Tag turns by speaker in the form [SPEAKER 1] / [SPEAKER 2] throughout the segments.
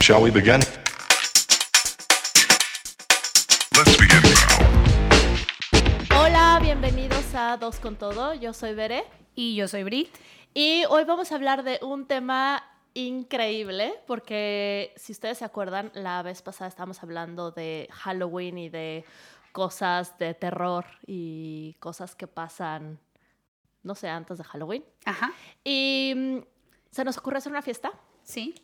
[SPEAKER 1] Shall we begin? Let's begin now.
[SPEAKER 2] Hola, bienvenidos a Dos con Todo. Yo soy Bere
[SPEAKER 3] Y yo soy Brit.
[SPEAKER 2] y hoy vamos a hablar de un tema increíble porque si ustedes se acuerdan, la vez pasada estábamos hablando de Halloween y de cosas de terror y cosas que pasan, no sé, antes de Halloween.
[SPEAKER 3] Ajá.
[SPEAKER 2] Y mm, se nos ocurre hacer una fiesta.
[SPEAKER 3] Sí.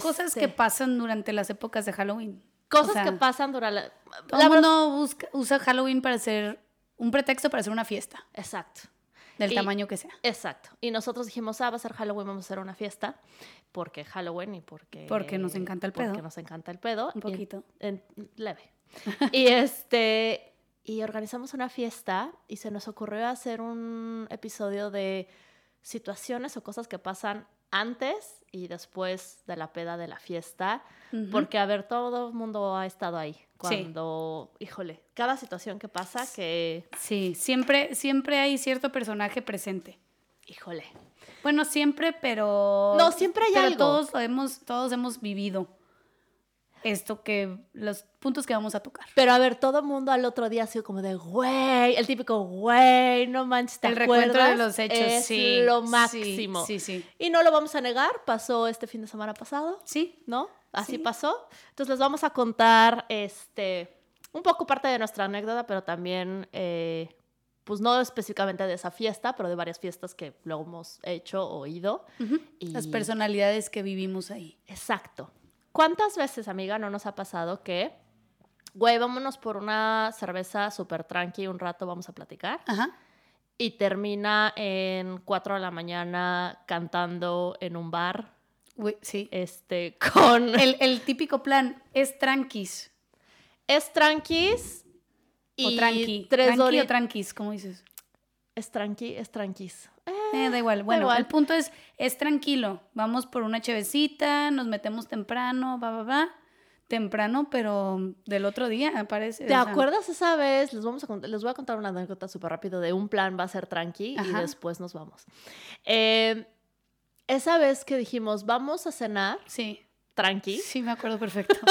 [SPEAKER 3] Cosas
[SPEAKER 2] Este,
[SPEAKER 3] que pasan durante las épocas de Halloween.
[SPEAKER 2] cosas
[SPEAKER 3] o sea,
[SPEAKER 2] que pasan durante la...
[SPEAKER 3] Todo
[SPEAKER 2] la verdad-
[SPEAKER 3] el mundo busca- usa Halloween para hacer un pretexto para hacer una fiesta,
[SPEAKER 2] Exacto.
[SPEAKER 3] del
[SPEAKER 2] Y-
[SPEAKER 3] tamaño que sea.
[SPEAKER 2] Exacto. Y nosotros dijimos, ah, va a ser Halloween, vamos a hacer una fiesta. Porque Halloween y porque...
[SPEAKER 3] Porque nos encanta el
[SPEAKER 2] Porque
[SPEAKER 3] pedo.
[SPEAKER 2] nos encanta el pedo.
[SPEAKER 3] Un
[SPEAKER 2] y-
[SPEAKER 3] poquito.
[SPEAKER 2] en- leve. y este... Y organizamos una fiesta y se nos ocurrió hacer un episodio de situaciones o cosas que pasan antes y después de la peda de la fiesta.
[SPEAKER 3] Ujú.
[SPEAKER 2] Porque, a ver, todo el mundo ha estado ahí. Cuando, híjole, cada situación que pasa que,
[SPEAKER 3] Sí, siempre, siempre hay cierto personaje presente.
[SPEAKER 2] híjole.
[SPEAKER 3] Bueno, siempre, pero.
[SPEAKER 2] No, siempre hay
[SPEAKER 3] pero
[SPEAKER 2] algo.
[SPEAKER 3] Todos lo hemos, todos hemos vivido esto que. los puntos que vamos a tocar.
[SPEAKER 2] Pero a ver, todo el mundo al otro día ha sido como de, güey, el típico, güey, no manches, ¿te
[SPEAKER 3] El recuento de
[SPEAKER 2] acuerdas?
[SPEAKER 3] los hechos.
[SPEAKER 2] es
[SPEAKER 3] sí,
[SPEAKER 2] lo
[SPEAKER 3] sí,
[SPEAKER 2] máximo.
[SPEAKER 3] Sí, sí.
[SPEAKER 2] Y no lo vamos a negar, pasó este fin de semana pasado,
[SPEAKER 3] Sí,
[SPEAKER 2] ¿no? Así
[SPEAKER 3] Sí.
[SPEAKER 2] pasó. Entonces les vamos a contar, este, un poco parte de nuestra anécdota, pero también, eh, pues no específicamente de esa fiesta, pero de varias fiestas que lo hemos hecho o ido.
[SPEAKER 3] Ujú.
[SPEAKER 2] Y-
[SPEAKER 3] Las personalidades que vivimos ahí.
[SPEAKER 2] Exacto. ¿Cuántas veces, amiga, no nos ha pasado que, güey, vámonos por una cerveza súper tranqui, un rato vamos a platicar?
[SPEAKER 3] Ajá.
[SPEAKER 2] Y termina en 4 de la mañana cantando en un bar,
[SPEAKER 3] Güey, sí.
[SPEAKER 2] este, con...
[SPEAKER 3] El, el típico plan es tranquis.
[SPEAKER 2] es tranquis y
[SPEAKER 3] o tranqui.
[SPEAKER 2] tres
[SPEAKER 3] tranqui
[SPEAKER 2] dori-
[SPEAKER 3] o tranquis, ¿cómo dices?
[SPEAKER 2] Es tranqui, es tranquis.
[SPEAKER 3] Eh, da igual.
[SPEAKER 2] Ah,
[SPEAKER 3] Bueno,
[SPEAKER 2] igual.
[SPEAKER 3] el punto es, es tranquilo. Vamos por una chevecita, nos metemos temprano, va, va, va. Temprano, pero del otro día, parece.
[SPEAKER 2] ¿Te
[SPEAKER 3] o sea,
[SPEAKER 2] acuerdas esa vez? Les, vamos a cont- les voy a contar una anécdota súper rápido de un plan va a ser tranqui y
[SPEAKER 3] Ajá.
[SPEAKER 2] después nos vamos. Eh, esa vez que dijimos, vamos a cenar
[SPEAKER 3] Sí,
[SPEAKER 2] tranqui,
[SPEAKER 3] sí, me acuerdo perfecto.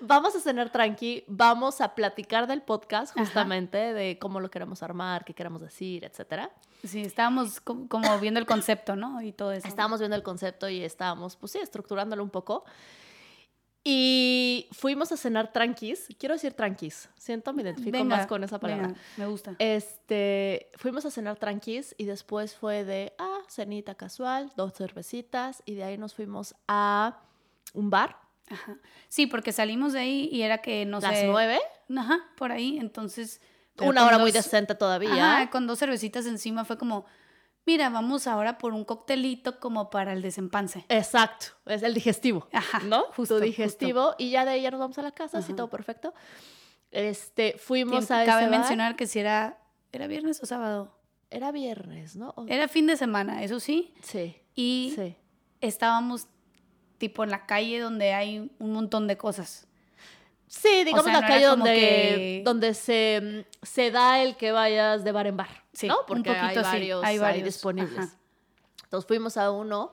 [SPEAKER 2] vamos a cenar tranqui, vamos a platicar del podcast
[SPEAKER 3] Ajá.
[SPEAKER 2] justamente, de cómo lo queremos armar, qué queremos decir, etcétera.
[SPEAKER 3] Sí, estábamos co- como viendo el concepto, ¿no? Y todo eso.
[SPEAKER 2] Estábamos viendo el concepto y estábamos, pues sí, estructurándolo un poco. Y fuimos a cenar tranquis, quiero decir tranquis, siento me identifico
[SPEAKER 3] Venga,
[SPEAKER 2] más con esa palabra. Eh,
[SPEAKER 3] venga, me gusta.
[SPEAKER 2] Este, fuimos a cenar tranquis y después fue de, ah, cenita casual, dos cervecitas y de ahí nos fuimos a un bar,
[SPEAKER 3] Ajá. Sí, porque salimos de ahí y era que, no
[SPEAKER 2] las
[SPEAKER 3] sé.
[SPEAKER 2] nueve,
[SPEAKER 3] Ajá, por ahí. Entonces. pero
[SPEAKER 2] una
[SPEAKER 3] con
[SPEAKER 2] hora muy
[SPEAKER 3] dos-
[SPEAKER 2] decente todavía.
[SPEAKER 3] Ajá, con dos cervecitas encima fue como, mira, vamos ahora por un coctelito como para el desempance.
[SPEAKER 2] Exacto, es el digestivo,
[SPEAKER 3] Ajá,
[SPEAKER 2] ¿no?
[SPEAKER 3] Ah,
[SPEAKER 2] Tu
[SPEAKER 3] justo, justo.
[SPEAKER 2] digestivo y ya de ahí ya nos vamos a la casa, así
[SPEAKER 3] Ajá.
[SPEAKER 2] todo perfecto. Este, fuimos
[SPEAKER 3] Tien-
[SPEAKER 2] a ese
[SPEAKER 3] Cabe
[SPEAKER 2] bar.
[SPEAKER 3] mencionar que si era, ¿era viernes o sábado?
[SPEAKER 2] Era viernes, ¿no? O-
[SPEAKER 3] Era fin de semana, eso sí.
[SPEAKER 2] Sí,
[SPEAKER 3] Eh, Y
[SPEAKER 2] sí.
[SPEAKER 3] estábamos tipo en la calle donde hay un montón de cosas.
[SPEAKER 2] Sí, digamos
[SPEAKER 3] sea,
[SPEAKER 2] la
[SPEAKER 3] no era
[SPEAKER 2] calle
[SPEAKER 3] como
[SPEAKER 2] donde,
[SPEAKER 3] que-
[SPEAKER 2] donde se, mm, se da el que vayas de bar en bar,
[SPEAKER 3] Sí,
[SPEAKER 2] ¿no?
[SPEAKER 3] un
[SPEAKER 2] Porque hay,
[SPEAKER 3] poquito sí,
[SPEAKER 2] varios,
[SPEAKER 3] hay
[SPEAKER 2] hay
[SPEAKER 3] varios,
[SPEAKER 2] disponibles.
[SPEAKER 3] ajá.
[SPEAKER 2] Entonces fuimos a uno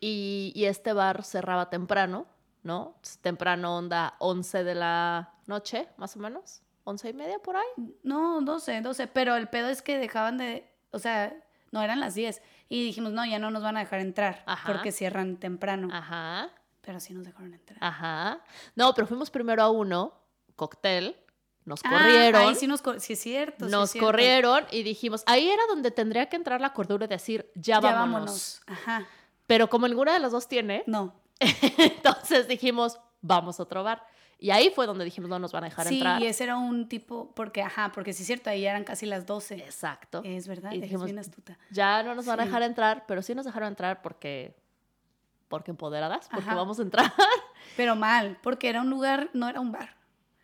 [SPEAKER 2] y, y este bar cerraba temprano, ¿no? Temprano onda 11 de la noche, más o menos, 11 y media por ahí.
[SPEAKER 3] No, 12, 12, pero el pedo es que dejaban de, o sea, no eran las 10. Y dijimos, no, ya no nos van a dejar entrar
[SPEAKER 2] Ajá. Ah.
[SPEAKER 3] porque cierran temprano.
[SPEAKER 2] Ajá.
[SPEAKER 3] Pero sí nos dejaron entrar.
[SPEAKER 2] Ajá. No, pero fuimos primero a uno, cóctel, nos
[SPEAKER 3] Ah,
[SPEAKER 2] corrieron.
[SPEAKER 3] ahí sí nos cor- sí es cierto. sí es
[SPEAKER 2] nos
[SPEAKER 3] cierto.
[SPEAKER 2] corrieron y dijimos, ahí era donde tendría que entrar la cordura y decir, ya,
[SPEAKER 3] Ya
[SPEAKER 2] vámonos.
[SPEAKER 3] vámonos. Ajá.
[SPEAKER 2] Pero como ninguna de las dos tiene,
[SPEAKER 3] No.
[SPEAKER 2] entonces dijimos, vamos a otro bar. Y ahí fue donde dijimos, no nos van a dejar
[SPEAKER 3] sí,
[SPEAKER 2] entrar.
[SPEAKER 3] y ese era un tipo, porque, ajá, porque sí es cierto, ahí eran casi las 12.
[SPEAKER 2] Exacto.
[SPEAKER 3] Es verdad,
[SPEAKER 2] Y
[SPEAKER 3] eres
[SPEAKER 2] dijimos-
[SPEAKER 3] bien astuta.
[SPEAKER 2] Ya no nos van a
[SPEAKER 3] eh, Sí.
[SPEAKER 2] dejar entrar, pero sí nos dejaron entrar porque, porque empoderadas, porque
[SPEAKER 3] Ajá.
[SPEAKER 2] vamos a entrar.
[SPEAKER 3] Pero mal, porque era un lugar, no era un bar.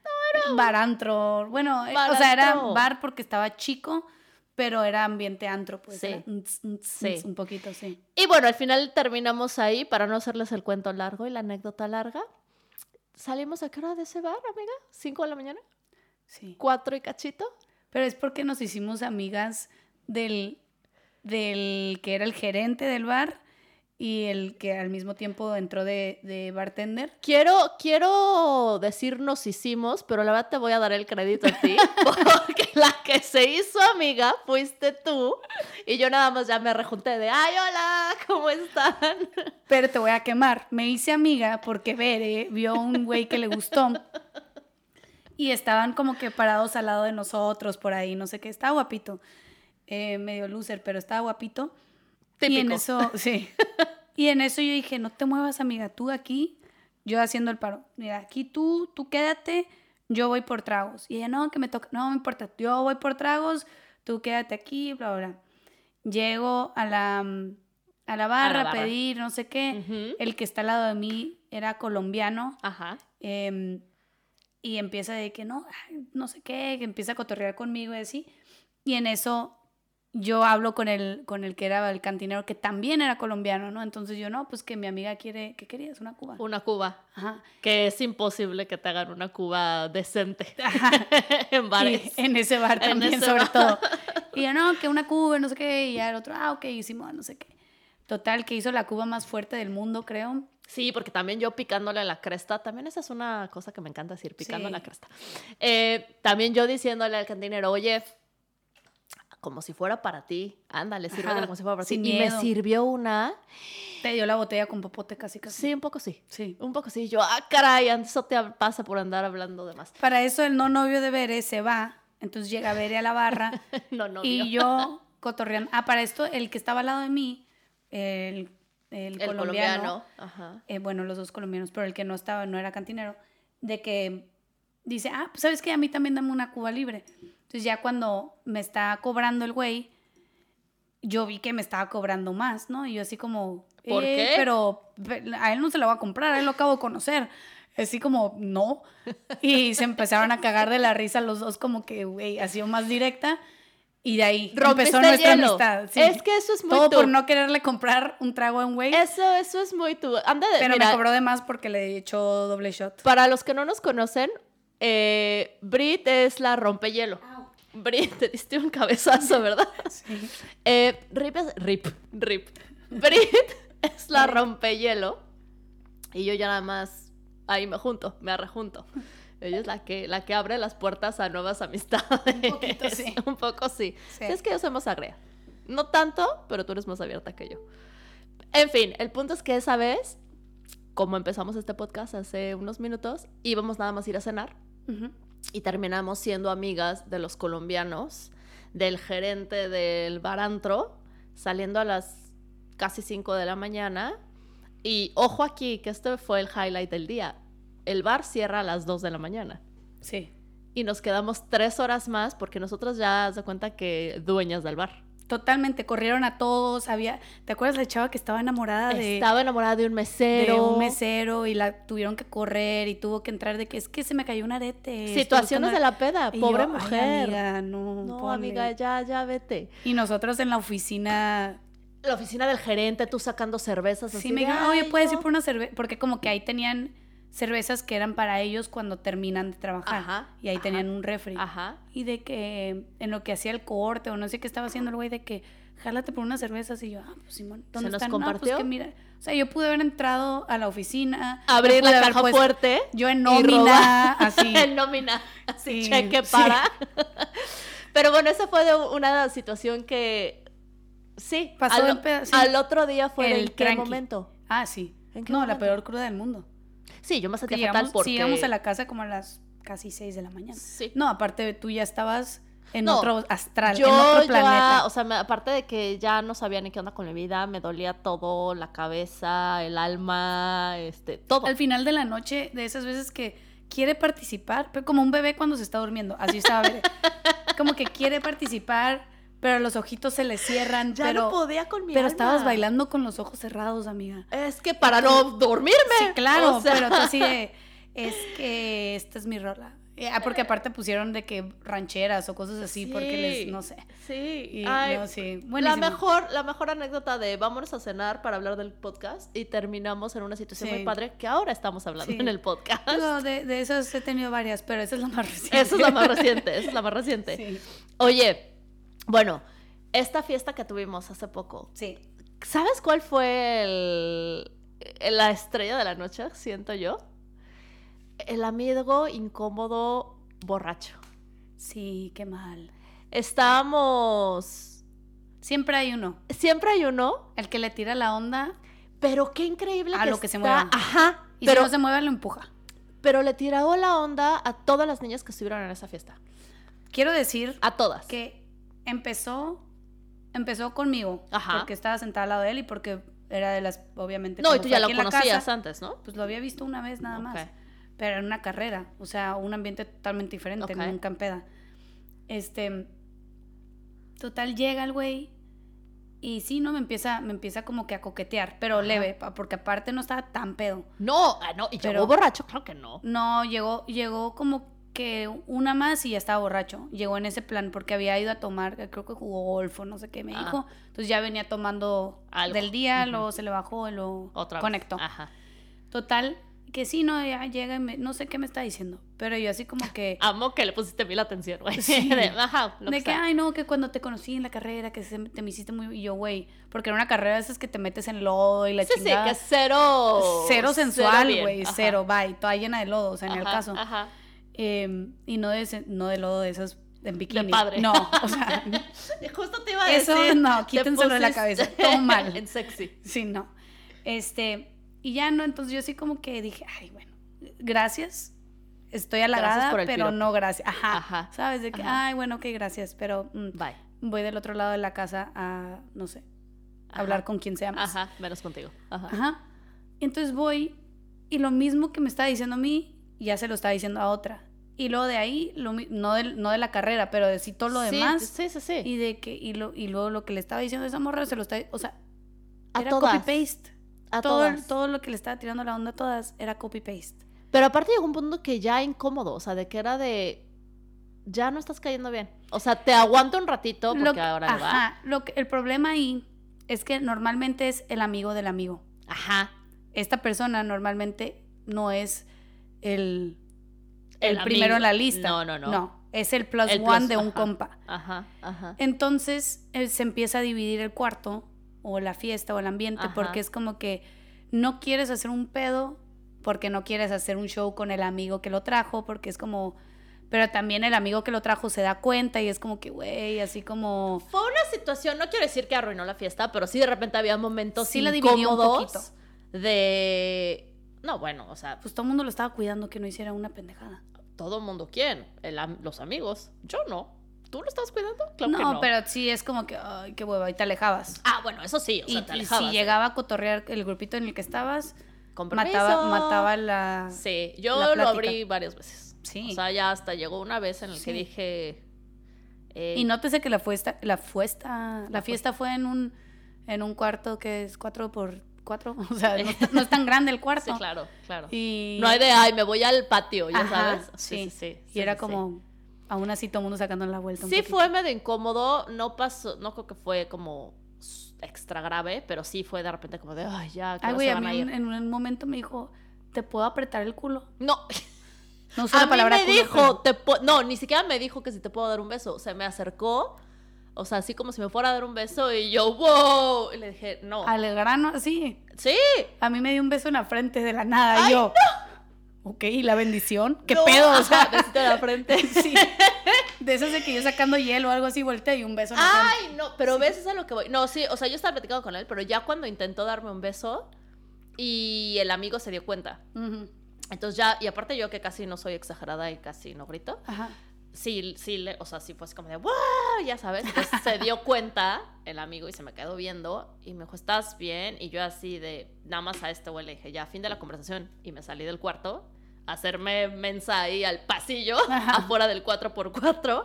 [SPEAKER 3] No era un bar antro. Bueno, eh, o
[SPEAKER 2] Bar
[SPEAKER 3] sea, era
[SPEAKER 2] antro.
[SPEAKER 3] bar porque estaba chico, pero era ambiente antro, pues.
[SPEAKER 2] Sí.
[SPEAKER 3] era un tss, un tss,
[SPEAKER 2] Sí.
[SPEAKER 3] un poquito, sí.
[SPEAKER 2] Y bueno, al final terminamos ahí, para no hacerles el cuento largo y la anécdota larga. Salimos a qué hora de ese bar, amiga? ¿Cinco de la mañana?
[SPEAKER 3] Sí.
[SPEAKER 2] ¿Cuatro y cachito?
[SPEAKER 3] Pero es porque nos hicimos amigas del, del que era el gerente del bar y el que al mismo tiempo entró de, de bartender.
[SPEAKER 2] Quiero, quiero decir nos hicimos, pero la verdad te voy a dar el crédito a ti, porque la que se hizo amiga fuiste tú. Y yo nada más ya me rejunté de, ay, hola, ¿cómo están?
[SPEAKER 3] Pero te voy a quemar. Me hice amiga porque Bere vio a un güey que le gustó. Y estaban como que parados al lado de nosotros por ahí, no sé qué. Estaba guapito. Eh, medio loser, pero estaba guapito. Y en
[SPEAKER 2] Típico.
[SPEAKER 3] eso, sí. Y en eso yo dije, no te muevas, amiga, tú aquí, yo haciendo el paro. Mira, aquí tú, tú quédate, yo voy por tragos. Y ella, no, que me toca, no me importa, yo voy por tragos, tú quédate aquí, bla, bla. bla. Llego a la, mm, a la barra a
[SPEAKER 2] barra.
[SPEAKER 3] pedir, no sé qué.
[SPEAKER 2] Ujú.
[SPEAKER 3] El que está al lado de mí era colombiano.
[SPEAKER 2] Ajá.
[SPEAKER 3] Em, y empieza de que no, ay, no sé qué, que empieza a cotorrear conmigo y así. Y en eso yo hablo con el, con el que era el cantinero, que también era colombiano, ¿no? Entonces yo, no, pues que mi amiga quiere, ¿qué querías? Una cuba.
[SPEAKER 2] Una cuba.
[SPEAKER 3] Ajá.
[SPEAKER 2] Que es imposible que te hagan una cuba decente
[SPEAKER 3] Ajá.
[SPEAKER 2] en
[SPEAKER 3] Sí,
[SPEAKER 2] bares.
[SPEAKER 3] en ese bar
[SPEAKER 2] En
[SPEAKER 3] también,
[SPEAKER 2] ese
[SPEAKER 3] sobre
[SPEAKER 2] bar.
[SPEAKER 3] todo. Y yo, no, que una cuba, no sé qué, y ya el otro, ah, ok, hicimos, no sé qué. Total, que hizo la cuba más fuerte del mundo, creo.
[SPEAKER 2] Sí, porque también yo picándole la cresta, también esa es una cosa que me encanta decir, picando
[SPEAKER 3] Sí.
[SPEAKER 2] la cresta. Eh, también yo diciéndole al cantinero, oye, como si fuera para ti, ándale, sírvela
[SPEAKER 3] Ajá,
[SPEAKER 2] como si fuera para ti.
[SPEAKER 3] sin
[SPEAKER 2] Y me
[SPEAKER 3] miedo.
[SPEAKER 2] sirvió una,
[SPEAKER 3] Te dio la botella con popote casi, casi.
[SPEAKER 2] sí, un poco sí,
[SPEAKER 3] Sí.
[SPEAKER 2] un poco sí. Yo, ah, caray, antes eso te pasa por andar hablando de más.
[SPEAKER 3] Para eso el no novio de Bere se va, entonces llega Bere a la barra
[SPEAKER 2] No, no,
[SPEAKER 3] y
[SPEAKER 2] vio.
[SPEAKER 3] yo cotorreando. Ah, para esto el que estaba al lado de mí, el, el
[SPEAKER 2] el
[SPEAKER 3] colombiano,
[SPEAKER 2] colombiano. Ajá.
[SPEAKER 3] eh, bueno, los dos colombianos, pero el que no estaba, no era cantinero, de que dice, ah, pues sabes que a mí también dame una cuba libre. Entonces ya cuando me está cobrando el güey, yo vi que me estaba cobrando más, ¿no? Y yo así como,
[SPEAKER 2] ¿Por
[SPEAKER 3] "Eh,
[SPEAKER 2] qué?
[SPEAKER 3] Pero pe- a él no se la va a comprar, a él lo acabo de conocer. Así como, no. Y se empezaron a cagar de la risa los dos, como que, güey, ha sido más directa. Y de ahí
[SPEAKER 2] Rompiste
[SPEAKER 3] empezó
[SPEAKER 2] el
[SPEAKER 3] nuestra
[SPEAKER 2] hielo.
[SPEAKER 3] amistad. sí.
[SPEAKER 2] Es que eso es muy
[SPEAKER 3] Todo
[SPEAKER 2] tú.
[SPEAKER 3] por no quererle comprar un trago a un güey.
[SPEAKER 2] Eso, eso es muy tú. Anda de,
[SPEAKER 3] Pero
[SPEAKER 2] mira,
[SPEAKER 3] me cobró de más porque le echó doble shot.
[SPEAKER 2] Para los que no nos conocen, eh, Brit es la rompehielo. Brit, te diste un cabezazo, ¿verdad?
[SPEAKER 3] Sí.
[SPEAKER 2] Eh, rip es. Rip, rip. Brit es la rompehielo. Y yo ya nada más ahí me junto, me arrejunto. Ella es la que, la que abre las puertas a nuevas amistades.
[SPEAKER 3] Un poquito sí.
[SPEAKER 2] Un poco sí.
[SPEAKER 3] Sí.
[SPEAKER 2] Es que yo soy más agria. No tanto, pero tú eres más abierta que yo. En fin, el punto es que esa vez, como empezamos este podcast hace unos minutos, íbamos nada más a ir a cenar
[SPEAKER 3] Ujú.
[SPEAKER 2] y terminamos siendo amigas de los colombianos, del gerente del barantro, saliendo a las casi 5 de la mañana. Y ojo aquí, que este fue el highlight del día. El bar cierra a las 2 de la mañana.
[SPEAKER 3] Sí.
[SPEAKER 2] Y nos quedamos tres horas más porque nosotras ya haz de cuenta que dueñas del bar.
[SPEAKER 3] Totalmente, corrieron a todos, había... ¿Te acuerdas la chava que estaba enamorada de,
[SPEAKER 2] Estaba enamorada de un
[SPEAKER 3] de
[SPEAKER 2] mesero.
[SPEAKER 3] un mesero y la tuvieron que correr y tuvo que entrar de que es que se me cayó un arete? estoy
[SPEAKER 2] Situaciones
[SPEAKER 3] buscando
[SPEAKER 2] de
[SPEAKER 3] ar-".
[SPEAKER 2] la peda,
[SPEAKER 3] Y
[SPEAKER 2] pobre
[SPEAKER 3] yo, "Ay,
[SPEAKER 2] mujer.
[SPEAKER 3] amiga, no,
[SPEAKER 2] no,
[SPEAKER 3] pobre".
[SPEAKER 2] amiga, ya, ya vete.
[SPEAKER 3] Y nosotros en la oficina,
[SPEAKER 2] La oficina del gerente, tú sacando cervezas. así
[SPEAKER 3] sí me
[SPEAKER 2] de,
[SPEAKER 3] dijeron, oye,
[SPEAKER 2] "Ay,
[SPEAKER 3] puedes
[SPEAKER 2] no".
[SPEAKER 3] ir por una cerveza, porque como que ahí tenían cervezas que eran para ellos cuando terminan de trabajar.
[SPEAKER 2] Ajá,
[SPEAKER 3] y ahí
[SPEAKER 2] ajá,
[SPEAKER 3] tenían un refri.
[SPEAKER 2] Ajá.
[SPEAKER 3] Y de que en lo que hacía el corte o no sé qué estaba haciendo el güey, de que jálate por unas cervezas. Y yo, ah, pues Simón, ¿dónde
[SPEAKER 2] ¿Se nos
[SPEAKER 3] están?
[SPEAKER 2] compartió?
[SPEAKER 3] No, pues que mira. O sea, yo pude haber entrado a la oficina. yo
[SPEAKER 2] Abrir
[SPEAKER 3] pude
[SPEAKER 2] la
[SPEAKER 3] haber
[SPEAKER 2] caja
[SPEAKER 3] puesto-
[SPEAKER 2] fuerte.
[SPEAKER 3] Yo en
[SPEAKER 2] y
[SPEAKER 3] nómina,
[SPEAKER 2] robar.
[SPEAKER 3] así.
[SPEAKER 2] en nómina. Así,
[SPEAKER 3] Sí,
[SPEAKER 2] cheque
[SPEAKER 3] sí.
[SPEAKER 2] para. Pero bueno, esa fue de una situación que. Sí,
[SPEAKER 3] Pasó
[SPEAKER 2] al,
[SPEAKER 3] el peda- sí.
[SPEAKER 2] al otro día fue de
[SPEAKER 3] El
[SPEAKER 2] en qué
[SPEAKER 3] tranqui.
[SPEAKER 2] momento.
[SPEAKER 3] Ah, sí.
[SPEAKER 2] ¿En qué
[SPEAKER 3] No, la
[SPEAKER 2] momento?
[SPEAKER 3] peor cruda del mundo.
[SPEAKER 2] Sí, yo me
[SPEAKER 3] Que
[SPEAKER 2] sentía fatal
[SPEAKER 3] llegamos,
[SPEAKER 2] porque.
[SPEAKER 3] sí, llegamos a la casa como a las casi 6 de la mañana.
[SPEAKER 2] Sí.
[SPEAKER 3] No, aparte tú ya estabas en
[SPEAKER 2] No,
[SPEAKER 3] otro astral,
[SPEAKER 2] Yo
[SPEAKER 3] en otro
[SPEAKER 2] ya,
[SPEAKER 3] planeta.
[SPEAKER 2] o sea, me- aparte de que ya no sabía ni qué onda con mi vida, me dolía todo, la cabeza, el alma, este, todo.
[SPEAKER 3] Al final de la noche, de esas veces que quiere participar, pero como un bebé cuando se está durmiendo, así estaba Bere. Como que quiere participar, pero los ojitos se le cierran,
[SPEAKER 2] ya
[SPEAKER 3] pero
[SPEAKER 2] no podía con mi
[SPEAKER 3] pero
[SPEAKER 2] alma.
[SPEAKER 3] estabas bailando con los ojos cerrados, amiga.
[SPEAKER 2] Es que para no dormirme.
[SPEAKER 3] Sí, claro,
[SPEAKER 2] O sea,
[SPEAKER 3] pero tú así de es que esta es mi rola. Eh, ah, porque aparte pusieron de que rancheras o cosas así porque les no sé.
[SPEAKER 2] Sí.
[SPEAKER 3] Y
[SPEAKER 2] ay,
[SPEAKER 3] no sí,
[SPEAKER 2] la
[SPEAKER 3] buenísimo.
[SPEAKER 2] mejor, la mejor anécdota de vámonos a cenar para hablar del podcast y terminamos en una situación
[SPEAKER 3] Sí.
[SPEAKER 2] muy padre que ahora estamos hablando
[SPEAKER 3] Sí.
[SPEAKER 2] en el podcast.
[SPEAKER 3] Digo, de, de esas he tenido varias, pero esa es la más reciente.
[SPEAKER 2] Esa es la más reciente, esa es la más reciente.
[SPEAKER 3] Sí.
[SPEAKER 2] Oye, bueno, esta fiesta que tuvimos hace poco,
[SPEAKER 3] sí.
[SPEAKER 2] ¿Sabes cuál fue el- la estrella de la noche, siento yo? El amigo incómodo borracho.
[SPEAKER 3] Sí, qué mal.
[SPEAKER 2] Estábamos...
[SPEAKER 3] Siempre hay uno.
[SPEAKER 2] Siempre hay uno,
[SPEAKER 3] El que le tira la onda
[SPEAKER 2] pero qué increíble
[SPEAKER 3] A
[SPEAKER 2] que
[SPEAKER 3] lo que se
[SPEAKER 2] está-
[SPEAKER 3] muevan.
[SPEAKER 2] Ajá.
[SPEAKER 3] y
[SPEAKER 2] pero,
[SPEAKER 3] si no se mueve lo empuja.
[SPEAKER 2] pero le tiró la onda a todas las niñas que estuvieron en esa fiesta.
[SPEAKER 3] Quiero decir
[SPEAKER 2] A todas.
[SPEAKER 3] que empezó empezó conmigo
[SPEAKER 2] Ajá.
[SPEAKER 3] porque estaba sentada al lado de él y porque era de las obviamente
[SPEAKER 2] No, y
[SPEAKER 3] como
[SPEAKER 2] tú
[SPEAKER 3] fue
[SPEAKER 2] ya lo
[SPEAKER 3] aquí en la
[SPEAKER 2] conocías
[SPEAKER 3] casa,
[SPEAKER 2] antes, ¿no?
[SPEAKER 3] pues lo había visto una vez nada más
[SPEAKER 2] Ok.
[SPEAKER 3] pero en una carrera o sea un ambiente totalmente diferente
[SPEAKER 2] Ok.
[SPEAKER 3] nunca en peda este total llega el güey y sí no me empieza me empieza como que a coquetear pero leve pa- porque aparte no estaba tan pedo
[SPEAKER 2] No, ah, no, y llegó
[SPEAKER 3] Pero-
[SPEAKER 2] borracho, claro que no.
[SPEAKER 3] no, llegó, llegó como que una más y ya estaba borracho. Llegó en ese plan porque había ido a tomar, creo que jugó golf o no sé qué me
[SPEAKER 2] Ah.
[SPEAKER 3] dijo. Entonces ya venía tomando
[SPEAKER 2] Algo.
[SPEAKER 3] del día,
[SPEAKER 2] Ujú.
[SPEAKER 3] luego se le bajó, lo
[SPEAKER 2] Otra vez. Ah.
[SPEAKER 3] conectó.
[SPEAKER 2] Ajá.
[SPEAKER 3] Total, que sí, no, ya llega y me- no sé qué me está diciendo. Pero yo así como que...
[SPEAKER 2] Amo que le pusiste mil atención, güey.
[SPEAKER 3] Sí.
[SPEAKER 2] De, ajá, Ah, lo
[SPEAKER 3] de
[SPEAKER 2] que
[SPEAKER 3] que,
[SPEAKER 2] sea.
[SPEAKER 3] ay, no, que cuando te conocí en la carrera, que se- te me hiciste muy... Y yo, güey, porque era una carrera de esas que te metes en lodo y la
[SPEAKER 2] sí, sí,
[SPEAKER 3] chingada.
[SPEAKER 2] que es cero.
[SPEAKER 3] Cero sensual,
[SPEAKER 2] bien.
[SPEAKER 3] güey,
[SPEAKER 2] Ajá.
[SPEAKER 3] cero, bye, toda llena de lodo, o sea, en el
[SPEAKER 2] Ajá,
[SPEAKER 3] caso.
[SPEAKER 2] Ajá.
[SPEAKER 3] Eh, y no de, ese- no de lodo de esas en bikini.
[SPEAKER 2] padre.
[SPEAKER 3] No, o sea,
[SPEAKER 2] Justo te iba a
[SPEAKER 3] Eso,
[SPEAKER 2] decir.
[SPEAKER 3] no,
[SPEAKER 2] te
[SPEAKER 3] quítenselo de la cabeza, todo mal.
[SPEAKER 2] en sexy.
[SPEAKER 3] sí, no. Este, y ya no, entonces yo sí como que dije, ay, bueno, gracias. Estoy halagada,
[SPEAKER 2] por el
[SPEAKER 3] pero
[SPEAKER 2] piropo.
[SPEAKER 3] no gracias. Ajá.
[SPEAKER 2] Ajá,
[SPEAKER 3] ¿Sabes? De que,
[SPEAKER 2] ajá.
[SPEAKER 3] ay, bueno, ok, gracias, pero mm,
[SPEAKER 2] Bye.
[SPEAKER 3] voy del otro lado de la casa a, no sé,
[SPEAKER 2] Ajá.
[SPEAKER 3] hablar con quien sea más.
[SPEAKER 2] Ajá, menos contigo. Ajá.
[SPEAKER 3] Ajá. Entonces voy y lo mismo que me está diciendo a mí, ya se lo está diciendo a otra. Y luego de ahí, lo mi- no, del- no de la carrera, pero de sí todo lo
[SPEAKER 2] Sí,
[SPEAKER 3] demás.
[SPEAKER 2] Sí, sí, sí.
[SPEAKER 3] Y de que, y, lo, y luego lo que le estaba diciendo esa morra se lo está, o sea,
[SPEAKER 2] a
[SPEAKER 3] era
[SPEAKER 2] todas.
[SPEAKER 3] copy-paste.
[SPEAKER 2] A
[SPEAKER 3] Todo, el-
[SPEAKER 2] todas.
[SPEAKER 3] todo lo que le estaba tirando la onda a todas era copy-paste.
[SPEAKER 2] Pero aparte llegó un punto que ya incómodo, o sea, de que era de. Ya no estás cayendo bien. O sea, te aguanto un ratito porque
[SPEAKER 3] Lo que-
[SPEAKER 2] ahora le va.
[SPEAKER 3] ajá, lo que- el problema ahí es que normalmente es el amigo del amigo.
[SPEAKER 2] Ajá.
[SPEAKER 3] Esta persona normalmente no es el, el,
[SPEAKER 2] amigo.
[SPEAKER 3] primero en la lista.
[SPEAKER 2] No, no, no.
[SPEAKER 3] No, es el plus
[SPEAKER 2] El
[SPEAKER 3] one
[SPEAKER 2] plus,
[SPEAKER 3] de un
[SPEAKER 2] ajá.
[SPEAKER 3] compa.
[SPEAKER 2] Ajá, ajá.
[SPEAKER 3] Entonces él se empieza a dividir el cuarto o la fiesta o el ambiente
[SPEAKER 2] Ajá.
[SPEAKER 3] porque es como que no quieres hacer un pedo porque no quieres hacer un show con el amigo que lo trajo porque es como pero también el amigo que lo trajo se da cuenta y es como que güey así como
[SPEAKER 2] Fue una situación, no quiero decir que arruinó la fiesta, pero sí de repente había momentos
[SPEAKER 3] Sí la dividió un poquito.
[SPEAKER 2] incómodos de. No, bueno, o sea, pues,
[SPEAKER 3] pues todo el mundo lo estaba cuidando que no hiciera una pendejada
[SPEAKER 2] todo mundo quién, El am- los amigos. Yo no. ¿Tú lo estabas cuidando? Claro que
[SPEAKER 3] no,
[SPEAKER 2] no.
[SPEAKER 3] pero sí es como que ay qué hueva y te alejabas
[SPEAKER 2] Ah, bueno, eso sí, o sea,
[SPEAKER 3] Y-
[SPEAKER 2] te
[SPEAKER 3] y,
[SPEAKER 2] alejabas.
[SPEAKER 3] si llegaba a cotorrear el grupito en el que estabas
[SPEAKER 2] Con
[SPEAKER 3] mataba
[SPEAKER 2] permiso.
[SPEAKER 3] mataba la
[SPEAKER 2] Sí, yo
[SPEAKER 3] la
[SPEAKER 2] lo
[SPEAKER 3] plática.
[SPEAKER 2] abrí varias veces.
[SPEAKER 3] Sí.
[SPEAKER 2] O sea, ya hasta llegó una vez en la
[SPEAKER 3] Sí.
[SPEAKER 2] que dije. eh,
[SPEAKER 3] Y nótese que la fiesta, la fiesta, la, fiesta fue en un, en un cuarto que es 4 por 4 o sea, no, está- no es tan grande el cuarto.
[SPEAKER 2] Sí, claro, claro.
[SPEAKER 3] Y
[SPEAKER 2] No hay de, ay, me voy al patio, ya
[SPEAKER 3] Ajá,
[SPEAKER 2] sabes.
[SPEAKER 3] Sí, Y
[SPEAKER 2] sí,
[SPEAKER 3] era
[SPEAKER 2] sí, sí.
[SPEAKER 3] como, aún así todo el mundo sacando la vuelta. un
[SPEAKER 2] Sí
[SPEAKER 3] poquito.
[SPEAKER 2] fue medio incómodo, no pasó, no creo que fue como s- extra grave, pero sí fue de repente como de, ay, ya, que
[SPEAKER 3] Ay,
[SPEAKER 2] no
[SPEAKER 3] güey,
[SPEAKER 2] se
[SPEAKER 3] a
[SPEAKER 2] van
[SPEAKER 3] mí
[SPEAKER 2] a
[SPEAKER 3] en,
[SPEAKER 2] ir.
[SPEAKER 3] en un momento me dijo, ¿te puedo apretar el culo?
[SPEAKER 2] No,
[SPEAKER 3] No usó
[SPEAKER 2] a
[SPEAKER 3] la
[SPEAKER 2] mí
[SPEAKER 3] palabra
[SPEAKER 2] me
[SPEAKER 3] culo,
[SPEAKER 2] dijo, te pu- no, ni siquiera me dijo que si te puedo dar un beso, se me acercó, o sea, así como si me fuera a dar un beso y yo, wow, y le dije, no.
[SPEAKER 3] pero Al grano, así.
[SPEAKER 2] Sí,
[SPEAKER 3] A mí me dio un beso en la frente de la nada. y yo, ok, ¿y la bendición? ¿Qué
[SPEAKER 2] no,
[SPEAKER 3] pedo? O sea,
[SPEAKER 2] ajá, besito de la frente.
[SPEAKER 3] sí. De esas de que yo sacando hielo o algo así, voltea y un beso en la frente.
[SPEAKER 2] Ay, no, pero ves, es a lo que voy. No, sí, o sea, yo estaba platicando con él, pero ya cuando intentó darme un beso y el amigo se dio cuenta.
[SPEAKER 3] Ujú,
[SPEAKER 2] Entonces ya, y aparte yo que casi no soy exagerada y casi no grito,
[SPEAKER 3] Ajá.
[SPEAKER 2] sí, sí, le- o sea, sí fue así como de, wow, ya sabes, Entonces, se dio cuenta el amigo y se me quedó viendo y me dijo, ¿estás bien? Y yo así de, nada más a este güey le dije, ya, fin de la conversación. Y me salí del cuarto, a hacerme mensa ahí al pasillo,
[SPEAKER 3] Ajá.
[SPEAKER 2] afuera del 4x4.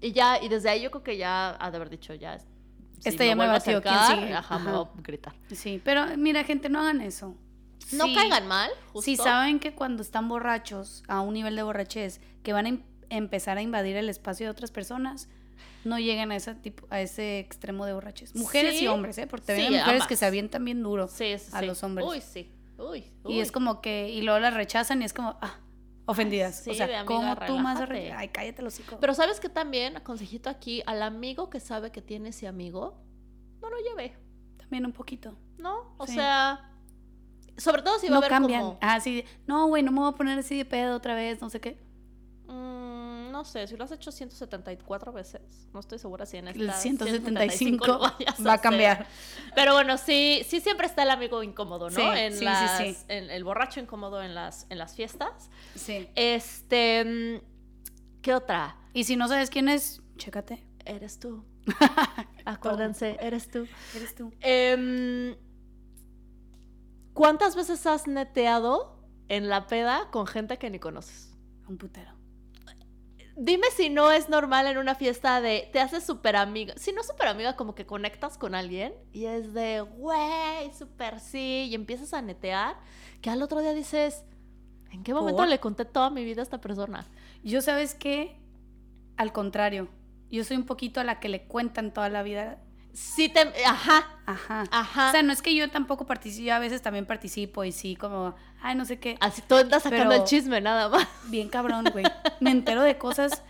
[SPEAKER 2] Y ya, y desde ahí yo creo que ya ha de haber dicho, ya, si
[SPEAKER 3] Este
[SPEAKER 2] me
[SPEAKER 3] ya me
[SPEAKER 2] vuelve a
[SPEAKER 3] batió, ¿quién
[SPEAKER 2] acercar,
[SPEAKER 3] sigue?
[SPEAKER 2] Ajá, me
[SPEAKER 3] Ajá.
[SPEAKER 2] va a gritar.
[SPEAKER 3] Sí, pero mira, gente, no hagan eso.
[SPEAKER 2] No
[SPEAKER 3] Sí,
[SPEAKER 2] caigan mal, justo.
[SPEAKER 3] Si saben que cuando están borrachos, a un nivel de borrachez, que van a em- empezar a invadir el espacio de otras personas, no lleguen a ese tipo, a ese extremo de borrachez. Mujeres
[SPEAKER 2] Sí.
[SPEAKER 3] y hombres, ¿eh? Porque
[SPEAKER 2] Sí,
[SPEAKER 3] también hay mujeres que
[SPEAKER 2] ambas.
[SPEAKER 3] se avientan bien duro.
[SPEAKER 2] Sí, sí,
[SPEAKER 3] a
[SPEAKER 2] sí.
[SPEAKER 3] los hombres.
[SPEAKER 2] Uy, sí. Uy,
[SPEAKER 3] Y es
[SPEAKER 2] uy.
[SPEAKER 3] como que, y luego las rechazan y es como, ah, ofendidas.
[SPEAKER 2] sí,
[SPEAKER 3] o sea,
[SPEAKER 2] de amiga,
[SPEAKER 3] ¿cómo tú más
[SPEAKER 2] relájate.
[SPEAKER 3] rechazas? Ay, cállate los hijos.
[SPEAKER 2] Pero sabes que también, consejito aquí, al amigo que sabe que tiene ese amigo, no lo lleve.
[SPEAKER 3] también un poquito.
[SPEAKER 2] ¿no? O
[SPEAKER 3] Sí.
[SPEAKER 2] sea, sobre todo si va
[SPEAKER 3] no
[SPEAKER 2] a haber
[SPEAKER 3] cambian.
[SPEAKER 2] como...
[SPEAKER 3] Ah, sí. No, güey, no me voy a poner así de pedo otra vez, no sé qué.
[SPEAKER 2] Mm, no sé, si lo has hecho 174 veces, no estoy segura si en esta
[SPEAKER 3] El 175
[SPEAKER 2] lo vayas
[SPEAKER 3] va a
[SPEAKER 2] hacer.
[SPEAKER 3] cambiar.
[SPEAKER 2] Pero bueno, sí, sí siempre está el amigo incómodo, ¿no?
[SPEAKER 3] Sí,
[SPEAKER 2] en
[SPEAKER 3] sí, sí,
[SPEAKER 2] las-
[SPEAKER 3] sí.
[SPEAKER 2] en- el borracho incómodo en las, en las fiestas.
[SPEAKER 3] Sí.
[SPEAKER 2] Este, mm, ¿qué otra?
[SPEAKER 3] Y si no sabes quién es, chécate.
[SPEAKER 2] Eres tú. Acuérdense, eres tú.
[SPEAKER 3] Eres tú.
[SPEAKER 2] Em, ¿Cuántas veces has neteado en la peda con gente que ni conoces?
[SPEAKER 3] Un putero.
[SPEAKER 2] Dime si no es normal en una fiesta de te haces súper amiga. Si no súper amiga, como que conectas con alguien y es de, güey, súper sí, y empiezas a netear, que al otro día dices, ¿en qué momento
[SPEAKER 3] ¿Por?
[SPEAKER 2] le conté toda mi vida a esta persona?
[SPEAKER 3] Yo sabes que, al contrario, yo soy un poquito a la que le cuentan toda la vida.
[SPEAKER 2] Sí, te. Ajá,
[SPEAKER 3] Ajá.
[SPEAKER 2] ajá.
[SPEAKER 3] O sea, no es que yo tampoco participo, yo a veces también participo y sí, como, ay, no sé qué.
[SPEAKER 2] Así tú andas sacando
[SPEAKER 3] pero-
[SPEAKER 2] el chisme, nada más.
[SPEAKER 3] Bien cabrón, güey. Me entero de cosas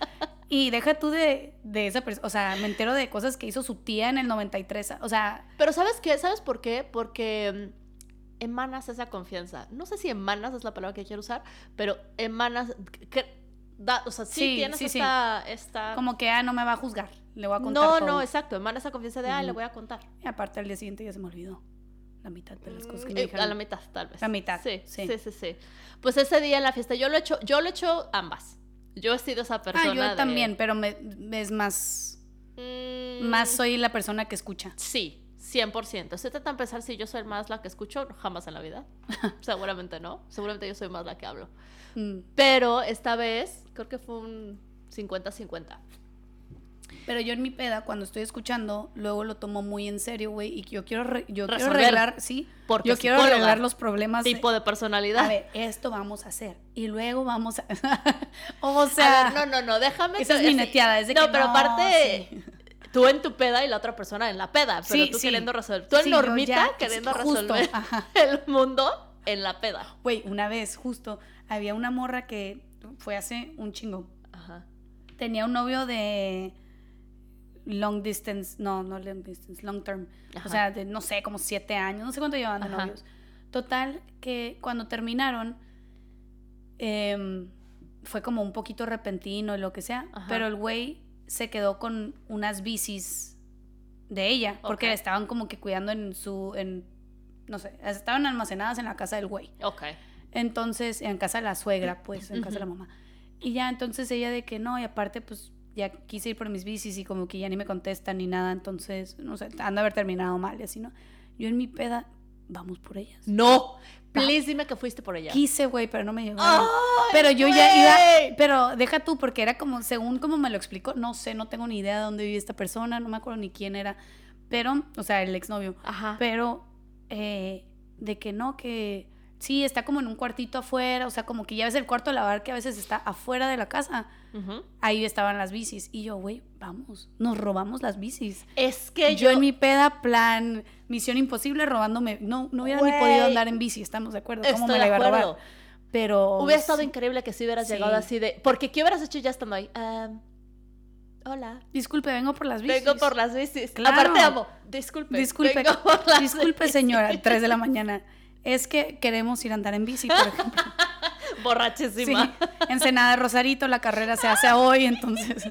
[SPEAKER 3] y deja tú de, de esa persona, o sea, me entero de cosas que hizo su tía en el 93. O sea,
[SPEAKER 2] Pero ¿sabes qué? ¿Sabes por qué? Porque mm, emanas esa confianza. No sé si emanas es la palabra que quiero usar, pero emanas... que- que da- o sea, sí,
[SPEAKER 3] Sí,
[SPEAKER 2] tienes
[SPEAKER 3] sí, sí.
[SPEAKER 2] esta... esta-
[SPEAKER 3] como que, ah, no me va a juzgar, le voy a contar
[SPEAKER 2] no,
[SPEAKER 3] todo.
[SPEAKER 2] no, exacto. Emana esa confianza de, ah, le
[SPEAKER 3] Ujú.
[SPEAKER 2] voy a contar.
[SPEAKER 3] Y aparte, al día siguiente ya se me olvidó la mitad de las cosas que
[SPEAKER 2] Mm,
[SPEAKER 3] me
[SPEAKER 2] eh,
[SPEAKER 3] dijeron.
[SPEAKER 2] A la mitad, tal vez.
[SPEAKER 3] La mitad,
[SPEAKER 2] Sí, sí,
[SPEAKER 3] sí.
[SPEAKER 2] sí, sí. Pues ese día en la fiesta, yo lo he hecho, yo lo he hecho ambas. Yo he sido esa persona
[SPEAKER 3] ah, yo
[SPEAKER 2] de-
[SPEAKER 3] también, pero me, me es más,
[SPEAKER 2] Mm,
[SPEAKER 3] más soy la persona que escucha.
[SPEAKER 2] Sí, 100%. Se trata de pensar si yo soy más la que escucho, jamás en la vida. Seguramente no. Seguramente yo soy más la que hablo.
[SPEAKER 3] Mm.
[SPEAKER 2] Pero esta vez creo que fue un 50-50.
[SPEAKER 3] Pero yo en mi peda, cuando estoy escuchando, luego lo tomo muy en serio, güey, y yo quiero, re- yo quiero
[SPEAKER 2] Resolver.
[SPEAKER 3] arreglar, sí,
[SPEAKER 2] Porque
[SPEAKER 3] yo quiero
[SPEAKER 2] psicóloga,
[SPEAKER 3] arreglar los problemas. de-
[SPEAKER 2] tipo de personalidad.
[SPEAKER 3] a ver, esto vamos a hacer, y luego vamos a... o
[SPEAKER 2] A
[SPEAKER 3] sea,
[SPEAKER 2] ver, no, no, no, déjame.
[SPEAKER 3] ah. esa es
[SPEAKER 2] así-
[SPEAKER 3] mi neteada, es de
[SPEAKER 2] no,
[SPEAKER 3] que
[SPEAKER 2] pero
[SPEAKER 3] no,
[SPEAKER 2] aparte,
[SPEAKER 3] sí.
[SPEAKER 2] tú en tu peda y la otra persona en la peda, pero
[SPEAKER 3] Sí,
[SPEAKER 2] tú
[SPEAKER 3] sí.
[SPEAKER 2] queriendo resolver. Tú en
[SPEAKER 3] Sí, yo
[SPEAKER 2] normita
[SPEAKER 3] ya,
[SPEAKER 2] queriendo
[SPEAKER 3] justo,
[SPEAKER 2] resolver
[SPEAKER 3] ajá.
[SPEAKER 2] el mundo en la peda.
[SPEAKER 3] Güey, una vez, justo, había una morra que fue hace un chingo,
[SPEAKER 2] Ajá.
[SPEAKER 3] tenía un novio de long distance, no, no long distance, long term.
[SPEAKER 2] Ajá.
[SPEAKER 3] O sea, de no sé, como siete años, no sé cuánto llevaban de
[SPEAKER 2] Ajá.
[SPEAKER 3] novios. Total, que cuando terminaron, em, fue como un poquito repentino y lo que sea,
[SPEAKER 2] Ajá.
[SPEAKER 3] pero el güey se quedó con unas bicis de ella, porque
[SPEAKER 2] Ok.
[SPEAKER 3] estaban como que cuidando en su, en, no sé, estaban almacenadas en la casa del güey.
[SPEAKER 2] Ok.
[SPEAKER 3] Entonces, en casa de la suegra, pues, en casa de la
[SPEAKER 2] Ujú.
[SPEAKER 3] mamá. Y ya, entonces ella de que no, y aparte, pues, ya quise ir por mis bicis y como que ya ni me contestan ni nada, entonces, no sé, han de haber terminado mal y así, ¿no? Yo en mi peda, vamos por ellas.
[SPEAKER 2] No, please dime que fuiste por ella.
[SPEAKER 3] Quise, güey, pero no me llegaron.
[SPEAKER 2] ¡Ay,
[SPEAKER 3] pero yo ya
[SPEAKER 2] güey!
[SPEAKER 3] iba, pero deja tú, porque era como, según como me lo explicó, no sé, no tengo ni idea de dónde vivía esta persona, no me acuerdo ni quién era, pero, o sea, el exnovio.
[SPEAKER 2] Ajá.
[SPEAKER 3] Pero eh, de que no, que sí, está como en un cuartito afuera, o sea, como que ya ves el cuarto de lavar que a veces está afuera de la casa.
[SPEAKER 2] Ujú.
[SPEAKER 3] Ahí estaban las bicis. Y yo, güey, vamos, nos robamos las bicis.
[SPEAKER 2] Es que
[SPEAKER 3] yo, en mi peda, plan, misión imposible, robándome. No, no hubiera ni
[SPEAKER 2] Güey.
[SPEAKER 3] podido andar en bici, estamos de acuerdo. ¿Cómo
[SPEAKER 2] Estoy
[SPEAKER 3] me la
[SPEAKER 2] de
[SPEAKER 3] iba a robar?
[SPEAKER 2] acuerdo.
[SPEAKER 3] Pero.
[SPEAKER 2] Hubiera estado
[SPEAKER 3] Oh, sí,
[SPEAKER 2] increíble que si hubieras
[SPEAKER 3] Sí.
[SPEAKER 2] llegado así de. Porque ¿qué hubieras hecho ya estando ahí? Em, hola.
[SPEAKER 3] Disculpe, vengo por las bicis.
[SPEAKER 2] Vengo por las bicis.
[SPEAKER 3] Claro.
[SPEAKER 2] Aparte amo. Disculpe.
[SPEAKER 3] Disculpe,
[SPEAKER 2] vengo por las
[SPEAKER 3] Disculpe,
[SPEAKER 2] bicis.
[SPEAKER 3] señora, 3 de la mañana. Es que queremos ir a andar en bici, por ejemplo. Sí,
[SPEAKER 2] Borrachísima.
[SPEAKER 3] Ensenada de Rosarito, la carrera se hace hoy, entonces.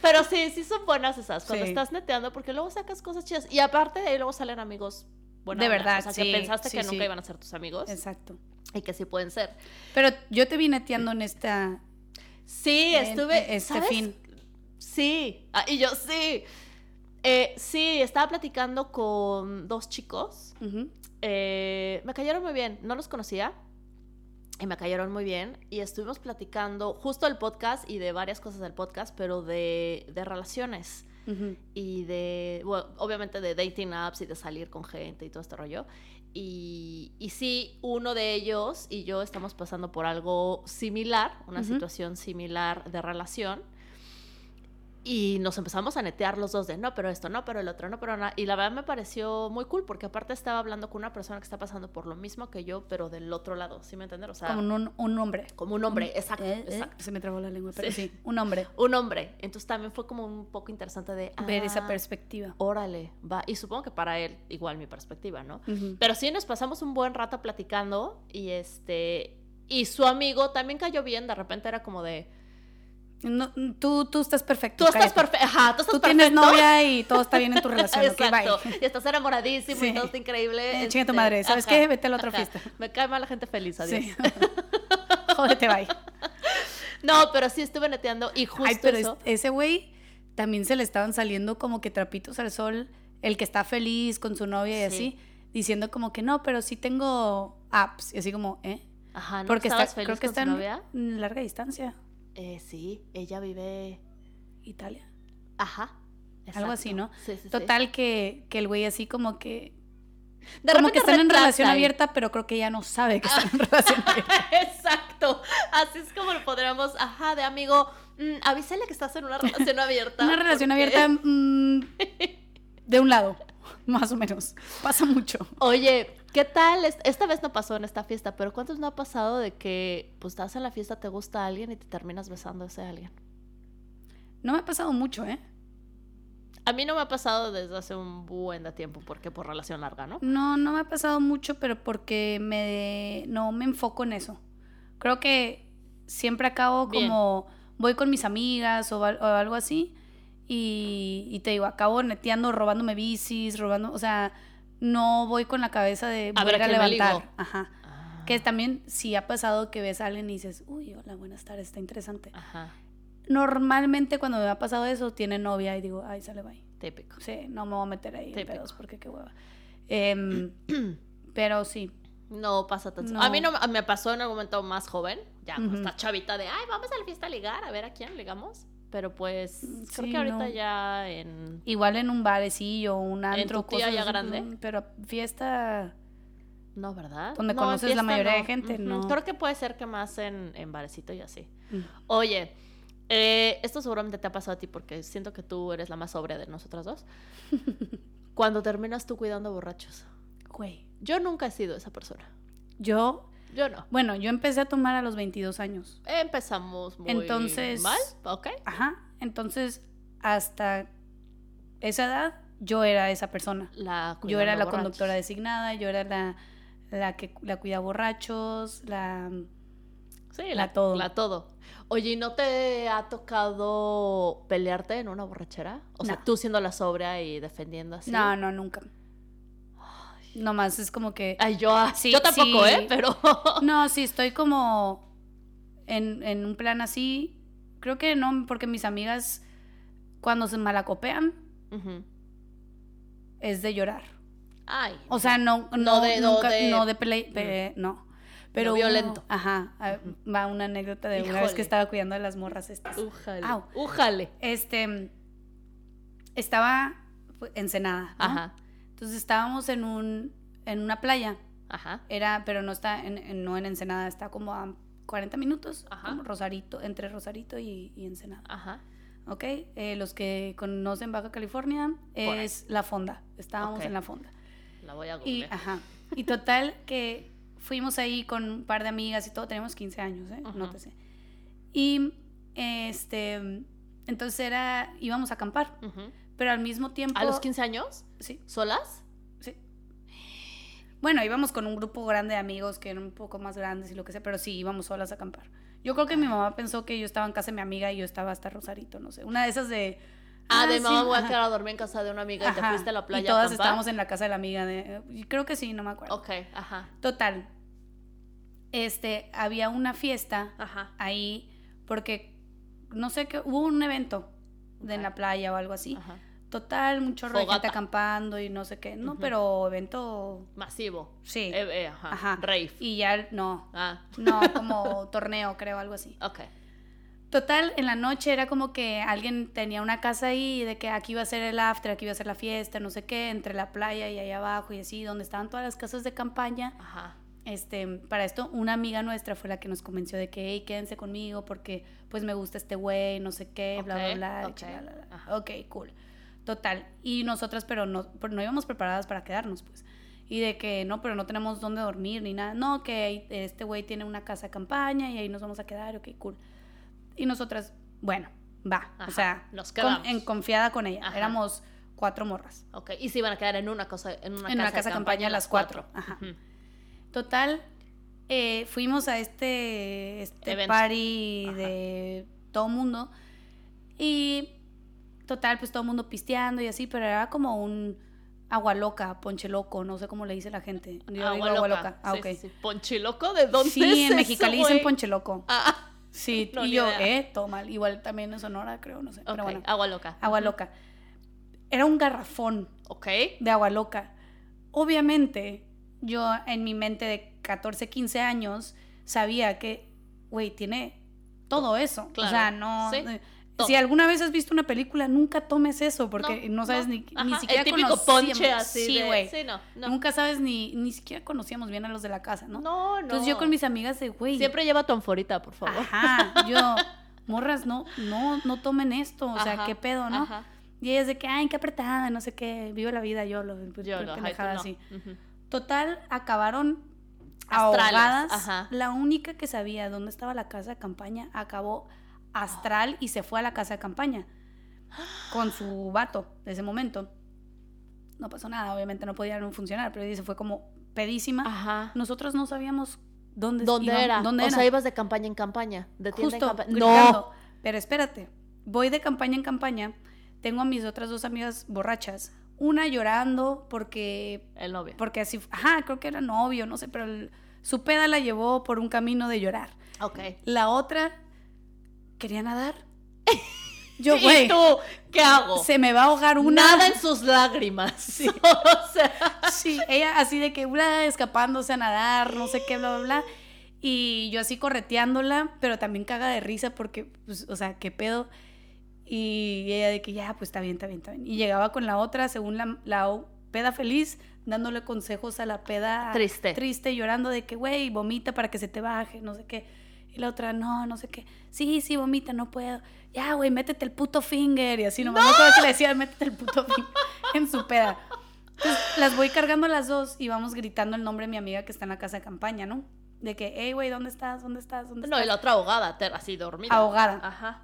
[SPEAKER 2] Pero sí, sí son buenas esas. Cuando
[SPEAKER 3] Sí.
[SPEAKER 2] estás neteando, porque luego sacas cosas chidas. Y aparte de ahí luego salen amigos. buena
[SPEAKER 3] De
[SPEAKER 2] onda.
[SPEAKER 3] verdad,
[SPEAKER 2] O sea,
[SPEAKER 3] sí,
[SPEAKER 2] que pensaste
[SPEAKER 3] sí,
[SPEAKER 2] que
[SPEAKER 3] sí.
[SPEAKER 2] nunca iban a ser tus amigos.
[SPEAKER 3] Exacto.
[SPEAKER 2] Y que Pues sí pueden ser.
[SPEAKER 3] Pero yo te vi neteando en esta.
[SPEAKER 2] Sí,
[SPEAKER 3] en-
[SPEAKER 2] estuve.
[SPEAKER 3] Este
[SPEAKER 2] ¿sabes?
[SPEAKER 3] fin.
[SPEAKER 2] Sí. Ah, y yo sí. Eh, sí, estaba platicando con dos chicos.
[SPEAKER 3] Ujú.
[SPEAKER 2] Eh, me cayeron muy bien, no los conocía y me cayeron muy bien y estuvimos platicando justo del podcast y de varias cosas del podcast, pero de, de relaciones
[SPEAKER 3] Ujú.
[SPEAKER 2] y de, bueno, obviamente de dating apps y de salir con gente y todo este rollo. Y, y sí, uno de ellos y yo estamos pasando por algo similar, una
[SPEAKER 3] Ujú.
[SPEAKER 2] situación similar de relación. Y nos empezamos a netear los dos de no, pero esto no, pero el otro no, pero nada. Y la verdad me pareció muy cool porque aparte estaba hablando con una persona que está pasando por lo mismo que yo, pero del otro lado, ¿sí me entienden? O sea,
[SPEAKER 3] Como un, un hombre.
[SPEAKER 2] como un hombre, exacto,
[SPEAKER 3] Eh, eh,
[SPEAKER 2] Ah, exacto.
[SPEAKER 3] Se me trabó la lengua, pero
[SPEAKER 2] Sí.
[SPEAKER 3] sí, un hombre.
[SPEAKER 2] Un hombre. Entonces también fue como un poco interesante de
[SPEAKER 3] Ver esa
[SPEAKER 2] ah,
[SPEAKER 3] perspectiva.
[SPEAKER 2] Órale, va. Y supongo que para él igual mi perspectiva, ¿no?
[SPEAKER 3] Ujú.
[SPEAKER 2] Pero sí nos pasamos un buen rato platicando y este y su amigo también cayó bien, de repente era como de
[SPEAKER 3] No, tú, tú estás perfecto.
[SPEAKER 2] tú estás
[SPEAKER 3] cállate.
[SPEAKER 2] perfecto, ajá, tú estás
[SPEAKER 3] Tú tienes
[SPEAKER 2] perfecto".
[SPEAKER 3] novia y todo está bien en tu relación. ok,
[SPEAKER 2] Exacto.
[SPEAKER 3] bye.
[SPEAKER 2] Y estás enamoradísimo y
[SPEAKER 3] Sí.
[SPEAKER 2] todo está increíble. este,
[SPEAKER 3] Eh, chinga tu madre, ¿sabes qué? Vete a la otra
[SPEAKER 2] ajá.
[SPEAKER 3] fiesta.
[SPEAKER 2] Me cae mal la gente feliz, adiós.
[SPEAKER 3] Sí. Jódete, bye.
[SPEAKER 2] No, pero sí estuve neteando y justo
[SPEAKER 3] Ay, pero es-
[SPEAKER 2] eso.
[SPEAKER 3] ese güey también se le estaban saliendo como que trapitos al sol, el que está feliz con su novia
[SPEAKER 2] Sí.
[SPEAKER 3] y así, diciendo como que no, pero sí tengo apps. Y así como, ¿eh?
[SPEAKER 2] Ajá, ¿no
[SPEAKER 3] Porque está,
[SPEAKER 2] estabas feliz
[SPEAKER 3] creo que
[SPEAKER 2] con tu
[SPEAKER 3] está en-
[SPEAKER 2] novia?
[SPEAKER 3] en larga distancia,
[SPEAKER 2] Eh, sí, ella vive
[SPEAKER 3] Italia.
[SPEAKER 2] ajá.
[SPEAKER 3] Algo así,
[SPEAKER 2] exacto.
[SPEAKER 3] ¿no?
[SPEAKER 2] Sí, sí, sí.
[SPEAKER 3] Total que, que el güey así como que...
[SPEAKER 2] De
[SPEAKER 3] como
[SPEAKER 2] repente
[SPEAKER 3] que están en
[SPEAKER 2] retracta
[SPEAKER 3] relación
[SPEAKER 2] y-
[SPEAKER 3] abierta, pero creo que ya no sabe que están en relación abierta.
[SPEAKER 2] Exacto. Así es como lo podríamos, ajá, de amigo, mm, avísale que estás en una relación abierta.
[SPEAKER 3] Una relación
[SPEAKER 2] porque-
[SPEAKER 3] abierta mm, de un lado, más o menos. Pasa mucho.
[SPEAKER 2] Oye, ¿qué tal? Es- Esta vez no pasó en esta fiesta, pero ¿cuántos no ha pasado de que pues estás en la fiesta, te gusta alguien y te terminas besando a ese alguien?
[SPEAKER 3] No me ha pasado mucho, ¿eh?
[SPEAKER 2] A mí no me ha pasado desde hace un buen de tiempo, porque por relación larga, ¿no?
[SPEAKER 3] No, no me ha pasado mucho, pero porque me no me enfoco en eso. Creo que siempre acabo
[SPEAKER 2] Bien.
[SPEAKER 3] como voy con mis amigas o, al- o algo así y, y te digo, acabo neteando, robándome bicis, robando, o sea, no voy con la cabeza de
[SPEAKER 2] A
[SPEAKER 3] voy
[SPEAKER 2] ver a
[SPEAKER 3] a
[SPEAKER 2] quién me ligo. Ah.
[SPEAKER 3] levantar. Ajá. Que también si ha pasado que ves a alguien y dices, uy, hola, buenas tardes, está interesante.
[SPEAKER 2] Ajá,
[SPEAKER 3] Normalmente cuando me ha pasado eso, tiene novia y digo, ay, sale bye.
[SPEAKER 2] típico.
[SPEAKER 3] Sí, no me voy a meter ahí en
[SPEAKER 2] Típico.
[SPEAKER 3] pedos porque qué hueva. Em, pero sí,
[SPEAKER 2] No pasa tanto.
[SPEAKER 3] No.
[SPEAKER 2] A mí no me- me pasó en algún momento más joven, ya con
[SPEAKER 3] Ujú.
[SPEAKER 2] esta chavita de, ay, vamos a la fiesta a ligar, a ver a quién ligamos. Pero pues creo
[SPEAKER 3] Mm, sí,
[SPEAKER 2] que ahorita
[SPEAKER 3] no.
[SPEAKER 2] ya en...
[SPEAKER 3] igual en un barecillo, un antro,
[SPEAKER 2] tu tía
[SPEAKER 3] cosas
[SPEAKER 2] ya
[SPEAKER 3] así,
[SPEAKER 2] grande?
[SPEAKER 3] mm, Pero fiesta,
[SPEAKER 2] No, ¿verdad?
[SPEAKER 3] Donde
[SPEAKER 2] No,
[SPEAKER 3] conoces
[SPEAKER 2] en fiesta
[SPEAKER 3] la mayoría de gente,
[SPEAKER 2] Ujú.
[SPEAKER 3] no.
[SPEAKER 2] Creo que puede ser que más en, en barecito y así.
[SPEAKER 3] Mm.
[SPEAKER 2] Oye, eh, esto seguramente te ha pasado a ti porque siento que tú eres la más sobria de nosotras dos. Cuando terminas tú cuidando borrachos.
[SPEAKER 3] güey.
[SPEAKER 2] Yo nunca he sido esa persona.
[SPEAKER 3] Yo,
[SPEAKER 2] Yo no.
[SPEAKER 3] bueno, yo empecé a tomar a los 22 años.
[SPEAKER 2] Empezamos muy
[SPEAKER 3] Entonces-
[SPEAKER 2] mal, ¿ok?
[SPEAKER 3] Ajá, entonces hasta esa edad yo era esa persona.
[SPEAKER 2] La
[SPEAKER 3] Yo era
[SPEAKER 2] cuidando
[SPEAKER 3] la
[SPEAKER 2] borrachos.
[SPEAKER 3] conductora designada, yo era la, la que cu- la cuida borrachos, la...
[SPEAKER 2] Sí,
[SPEAKER 3] La
[SPEAKER 2] la todo.
[SPEAKER 3] todo.
[SPEAKER 2] La todo. Oye, ¿y no te ha tocado pelearte en una borrachera? O sea,
[SPEAKER 3] No.
[SPEAKER 2] tú siendo la sobria y defendiendo así.
[SPEAKER 3] No, no, nunca. Nomás es como que...
[SPEAKER 2] Ay, yo así.
[SPEAKER 3] Sí,
[SPEAKER 2] Yo tampoco,
[SPEAKER 3] sí.
[SPEAKER 2] ¿eh? Pero.
[SPEAKER 3] No, sí, estoy como en, en un plan así. Creo que no, porque mis amigas cuando se malacopean
[SPEAKER 2] Ujú.
[SPEAKER 3] es de llorar.
[SPEAKER 2] Ay.
[SPEAKER 3] O sea, no, no,
[SPEAKER 2] No de-
[SPEAKER 3] de,
[SPEAKER 2] no
[SPEAKER 3] nunca,
[SPEAKER 2] de-
[SPEAKER 3] no de pele- pe- no. Pero
[SPEAKER 2] No
[SPEAKER 3] hubo-
[SPEAKER 2] violento.
[SPEAKER 3] ajá, a-
[SPEAKER 2] Ujú.
[SPEAKER 3] va una anécdota de una vez
[SPEAKER 2] Híjole.
[SPEAKER 3] que estaba cuidando a las morras estas.
[SPEAKER 2] Újale.
[SPEAKER 3] Au.
[SPEAKER 2] Újale.
[SPEAKER 3] Este, estaba pues, en Ensenada, ¿no?
[SPEAKER 2] Ajá.
[SPEAKER 3] Entonces estábamos en un, en una playa.
[SPEAKER 2] Ajá.
[SPEAKER 3] Era, pero no está, en, en- no en Ensenada, está como a 40 minutos,
[SPEAKER 2] Ajá.
[SPEAKER 3] como Rosarito, entre Rosarito y, y Ensenada.
[SPEAKER 2] Ajá.
[SPEAKER 3] ¿Ok? Eh, los que conocen Baja California
[SPEAKER 2] ahí.
[SPEAKER 3] es La Fonda, estábamos
[SPEAKER 2] Ok.
[SPEAKER 3] en La Fonda.
[SPEAKER 2] La voy a
[SPEAKER 3] Y,
[SPEAKER 2] googlear.
[SPEAKER 3] ajá, y total que fuimos ahí con un par de amigas y todo, tenemos 15 años, ¿eh?
[SPEAKER 2] Ajá.
[SPEAKER 3] Nótese. Y, este, entonces era, íbamos a acampar,
[SPEAKER 2] Ujú.
[SPEAKER 3] pero al mismo tiempo...
[SPEAKER 2] ¿A los 15 años?
[SPEAKER 3] Sí,
[SPEAKER 2] ¿Solas?
[SPEAKER 3] Sí. Bueno, íbamos con un grupo grande de amigos que eran un poco más grandes y lo que sea, pero sí, íbamos solas a acampar. Yo creo que
[SPEAKER 2] Ah.
[SPEAKER 3] mi mamá pensó que yo estaba en casa de mi amiga y yo estaba hasta Rosarito, no sé. Una de esas de...
[SPEAKER 2] Ah, de
[SPEAKER 3] sí,
[SPEAKER 2] mamá voy a
[SPEAKER 3] ajá,
[SPEAKER 2] quedar a dormir en casa de una amiga y te
[SPEAKER 3] ajá.
[SPEAKER 2] fuiste a la playa.
[SPEAKER 3] Y todas
[SPEAKER 2] a acampar.
[SPEAKER 3] estábamos en la casa de la amiga de... y Creo que sí, no me acuerdo.
[SPEAKER 2] Ok, ajá.
[SPEAKER 3] Total. Este, había una fiesta
[SPEAKER 2] Ajá.
[SPEAKER 3] ahí porque, no sé qué, hubo un evento de en
[SPEAKER 2] Ok.
[SPEAKER 3] la playa o algo así.
[SPEAKER 2] Ajá.
[SPEAKER 3] Total, mucho chorro de gente
[SPEAKER 2] Fogata.
[SPEAKER 3] acampando y no sé qué. No,
[SPEAKER 2] Ujú.
[SPEAKER 3] pero evento...
[SPEAKER 2] Masivo.
[SPEAKER 3] Sí.
[SPEAKER 2] Eh, eh, ajá.
[SPEAKER 3] Ajá.
[SPEAKER 2] Rave.
[SPEAKER 3] Y ya, no,
[SPEAKER 2] Ah,
[SPEAKER 3] no, como torneo, creo, algo así.
[SPEAKER 2] ok.
[SPEAKER 3] Total, en la noche era como que alguien tenía una casa ahí de que aquí iba a ser el after, aquí iba a ser la fiesta, no sé qué, entre la playa y ahí abajo y así, donde estaban todas las casas de campaña.
[SPEAKER 2] Ajá.
[SPEAKER 3] Este, para esto, una amiga nuestra fue la que nos convenció de que, hey, quédense conmigo porque pues me gusta este güey, no sé qué, bla, bla,
[SPEAKER 2] Ok,
[SPEAKER 3] bla.
[SPEAKER 2] ok,
[SPEAKER 3] bla, bla, bla.
[SPEAKER 2] ajá.
[SPEAKER 3] Ok, cool. Total. Y nosotras, pero no, pero no íbamos preparadas para quedarnos, pues. Y de que, no, pero no tenemos dónde dormir ni nada. No, que ahí, este güey tiene una casa de campaña y ahí nos vamos a quedar, ok, cool. Y nosotras, bueno, va.
[SPEAKER 2] Ajá,
[SPEAKER 3] o sea,
[SPEAKER 2] nos
[SPEAKER 3] con-
[SPEAKER 2] quedamos.
[SPEAKER 3] en confiada con ella.
[SPEAKER 2] Ajá.
[SPEAKER 3] Éramos cuatro morras.
[SPEAKER 2] Ok, y se iban a quedar en una cosa, en una casa,
[SPEAKER 3] En
[SPEAKER 2] de
[SPEAKER 3] una casa de
[SPEAKER 2] campaña
[SPEAKER 3] campaña
[SPEAKER 2] a las
[SPEAKER 3] las
[SPEAKER 2] cuatro.
[SPEAKER 3] cuatro, ajá.
[SPEAKER 2] Ujú.
[SPEAKER 3] Total, eh, fuimos a este, este
[SPEAKER 2] Evento.
[SPEAKER 3] party
[SPEAKER 2] Ajá.
[SPEAKER 3] de todo mundo. Y total, pues todo mundo pisteando y así, pero era como un agua loca, ponche loco, no sé cómo le dice la gente. Yo digo agua loca. Ah,
[SPEAKER 2] Sí,
[SPEAKER 3] ok.
[SPEAKER 2] sí, sí. ¿Ponchiloco? ¿De dónde
[SPEAKER 3] Sí,
[SPEAKER 2] es
[SPEAKER 3] en
[SPEAKER 2] eso,
[SPEAKER 3] Mexicali dicen
[SPEAKER 2] güey?
[SPEAKER 3] ponche loco.
[SPEAKER 2] Ah,
[SPEAKER 3] Sí,
[SPEAKER 2] no,
[SPEAKER 3] y
[SPEAKER 2] ni
[SPEAKER 3] yo,
[SPEAKER 2] idea.
[SPEAKER 3] eh, todo mal. Igual también en Sonora, creo, no sé.
[SPEAKER 2] ok,
[SPEAKER 3] Pero bueno,
[SPEAKER 2] agua loca.
[SPEAKER 3] agua loca. Era un garrafón
[SPEAKER 2] Ok.
[SPEAKER 3] de agua loca. Obviamente, yo en mi mente de 14, 15 años sabía que, güey, tiene todo eso.
[SPEAKER 2] Claro,
[SPEAKER 3] O sea, no.
[SPEAKER 2] sí,
[SPEAKER 3] eh,
[SPEAKER 2] todo.
[SPEAKER 3] Si alguna vez has visto una película, nunca tomes eso porque no, sabes Ni,
[SPEAKER 2] Ajá,
[SPEAKER 3] ni siquiera
[SPEAKER 2] El típico
[SPEAKER 3] conocíamos-
[SPEAKER 2] ponche así.
[SPEAKER 3] Sí,
[SPEAKER 2] de-
[SPEAKER 3] güey.
[SPEAKER 2] Sí, no, no.
[SPEAKER 3] Nunca sabes ni, ni siquiera conocíamos bien a los de la casa, ¿no?
[SPEAKER 2] No, no.
[SPEAKER 3] Entonces yo con mis amigas de, güey.
[SPEAKER 2] Siempre lleva tu anforita, por favor.
[SPEAKER 3] Ajá, yo, morras, no, no, no tomen esto. O sea,
[SPEAKER 2] Ajá,
[SPEAKER 3] qué pedo, ¿no?
[SPEAKER 2] Ajá.
[SPEAKER 3] Y ellas de que, ay, qué apretada, no sé qué, vive la vida, yo lo, pues,
[SPEAKER 2] Yo lo ajá, y tú
[SPEAKER 3] pendejada
[SPEAKER 2] no.
[SPEAKER 3] así.
[SPEAKER 2] Ujú.
[SPEAKER 3] Total, acabaron
[SPEAKER 2] Astrales,
[SPEAKER 3] ahogadas.
[SPEAKER 2] ajá.
[SPEAKER 3] La única que sabía dónde estaba la casa de campaña acabó astral y se fue a la casa de campaña con su vato de ese momento. No pasó nada, obviamente no podían funcionar, pero ella se fue como pedísima.
[SPEAKER 2] Ajá.
[SPEAKER 3] Nosotros no sabíamos dónde,
[SPEAKER 2] ¿Dónde
[SPEAKER 3] íbamos-
[SPEAKER 2] era?
[SPEAKER 3] ¿Dónde
[SPEAKER 2] o
[SPEAKER 3] era.
[SPEAKER 2] sea, ibas de campaña en campaña, de tienda en
[SPEAKER 3] Justo,
[SPEAKER 2] campaña.
[SPEAKER 3] gritando. Pero espérate, voy de campaña en campaña, tengo a mis otras dos amigas borrachas, una llorando porque
[SPEAKER 2] El novio.
[SPEAKER 3] porque así, ajá, creo que era novio, no sé, pero el- su peda la llevó por un camino de llorar.
[SPEAKER 2] Ok.
[SPEAKER 3] La otra quería nadar. Yo,
[SPEAKER 2] ¿Y
[SPEAKER 3] güey,
[SPEAKER 2] tú qué hago?
[SPEAKER 3] se me va a ahogar una.
[SPEAKER 2] Nada en sus lágrimas. o sea,
[SPEAKER 3] Sí, ella así de que, bla, escapándose a nadar, no sé qué, bla, bla, bla. Y yo así correteándola, pero también caga de risa porque, pues, o sea, qué pedo. Y ella de que, ya, pues está bien, está bien, está bien. Y llegaba con la otra, según la, la o- peda feliz, dándole consejos a la peda
[SPEAKER 2] Triste.
[SPEAKER 3] Ah, triste llorando de que, güey, vomita para que se te baje, no sé qué. Y la otra, no, no sé qué. Sí, sí, vomita, no puedo. Ya, güey, métete el puto finger. Y así nomás. No acuerdo que le decía, métete el puto finger en su peda. Entonces, las voy cargando a las dos y vamos gritando el nombre de mi amiga que está en la casa de campaña, ¿no? De que, hey, güey, ¿dónde estás? ¿Dónde estás? ¿Dónde
[SPEAKER 2] no,
[SPEAKER 3] estás?
[SPEAKER 2] y la otra ahogada, te- así dormida. Ah.
[SPEAKER 3] Ahogada.
[SPEAKER 2] Ajá.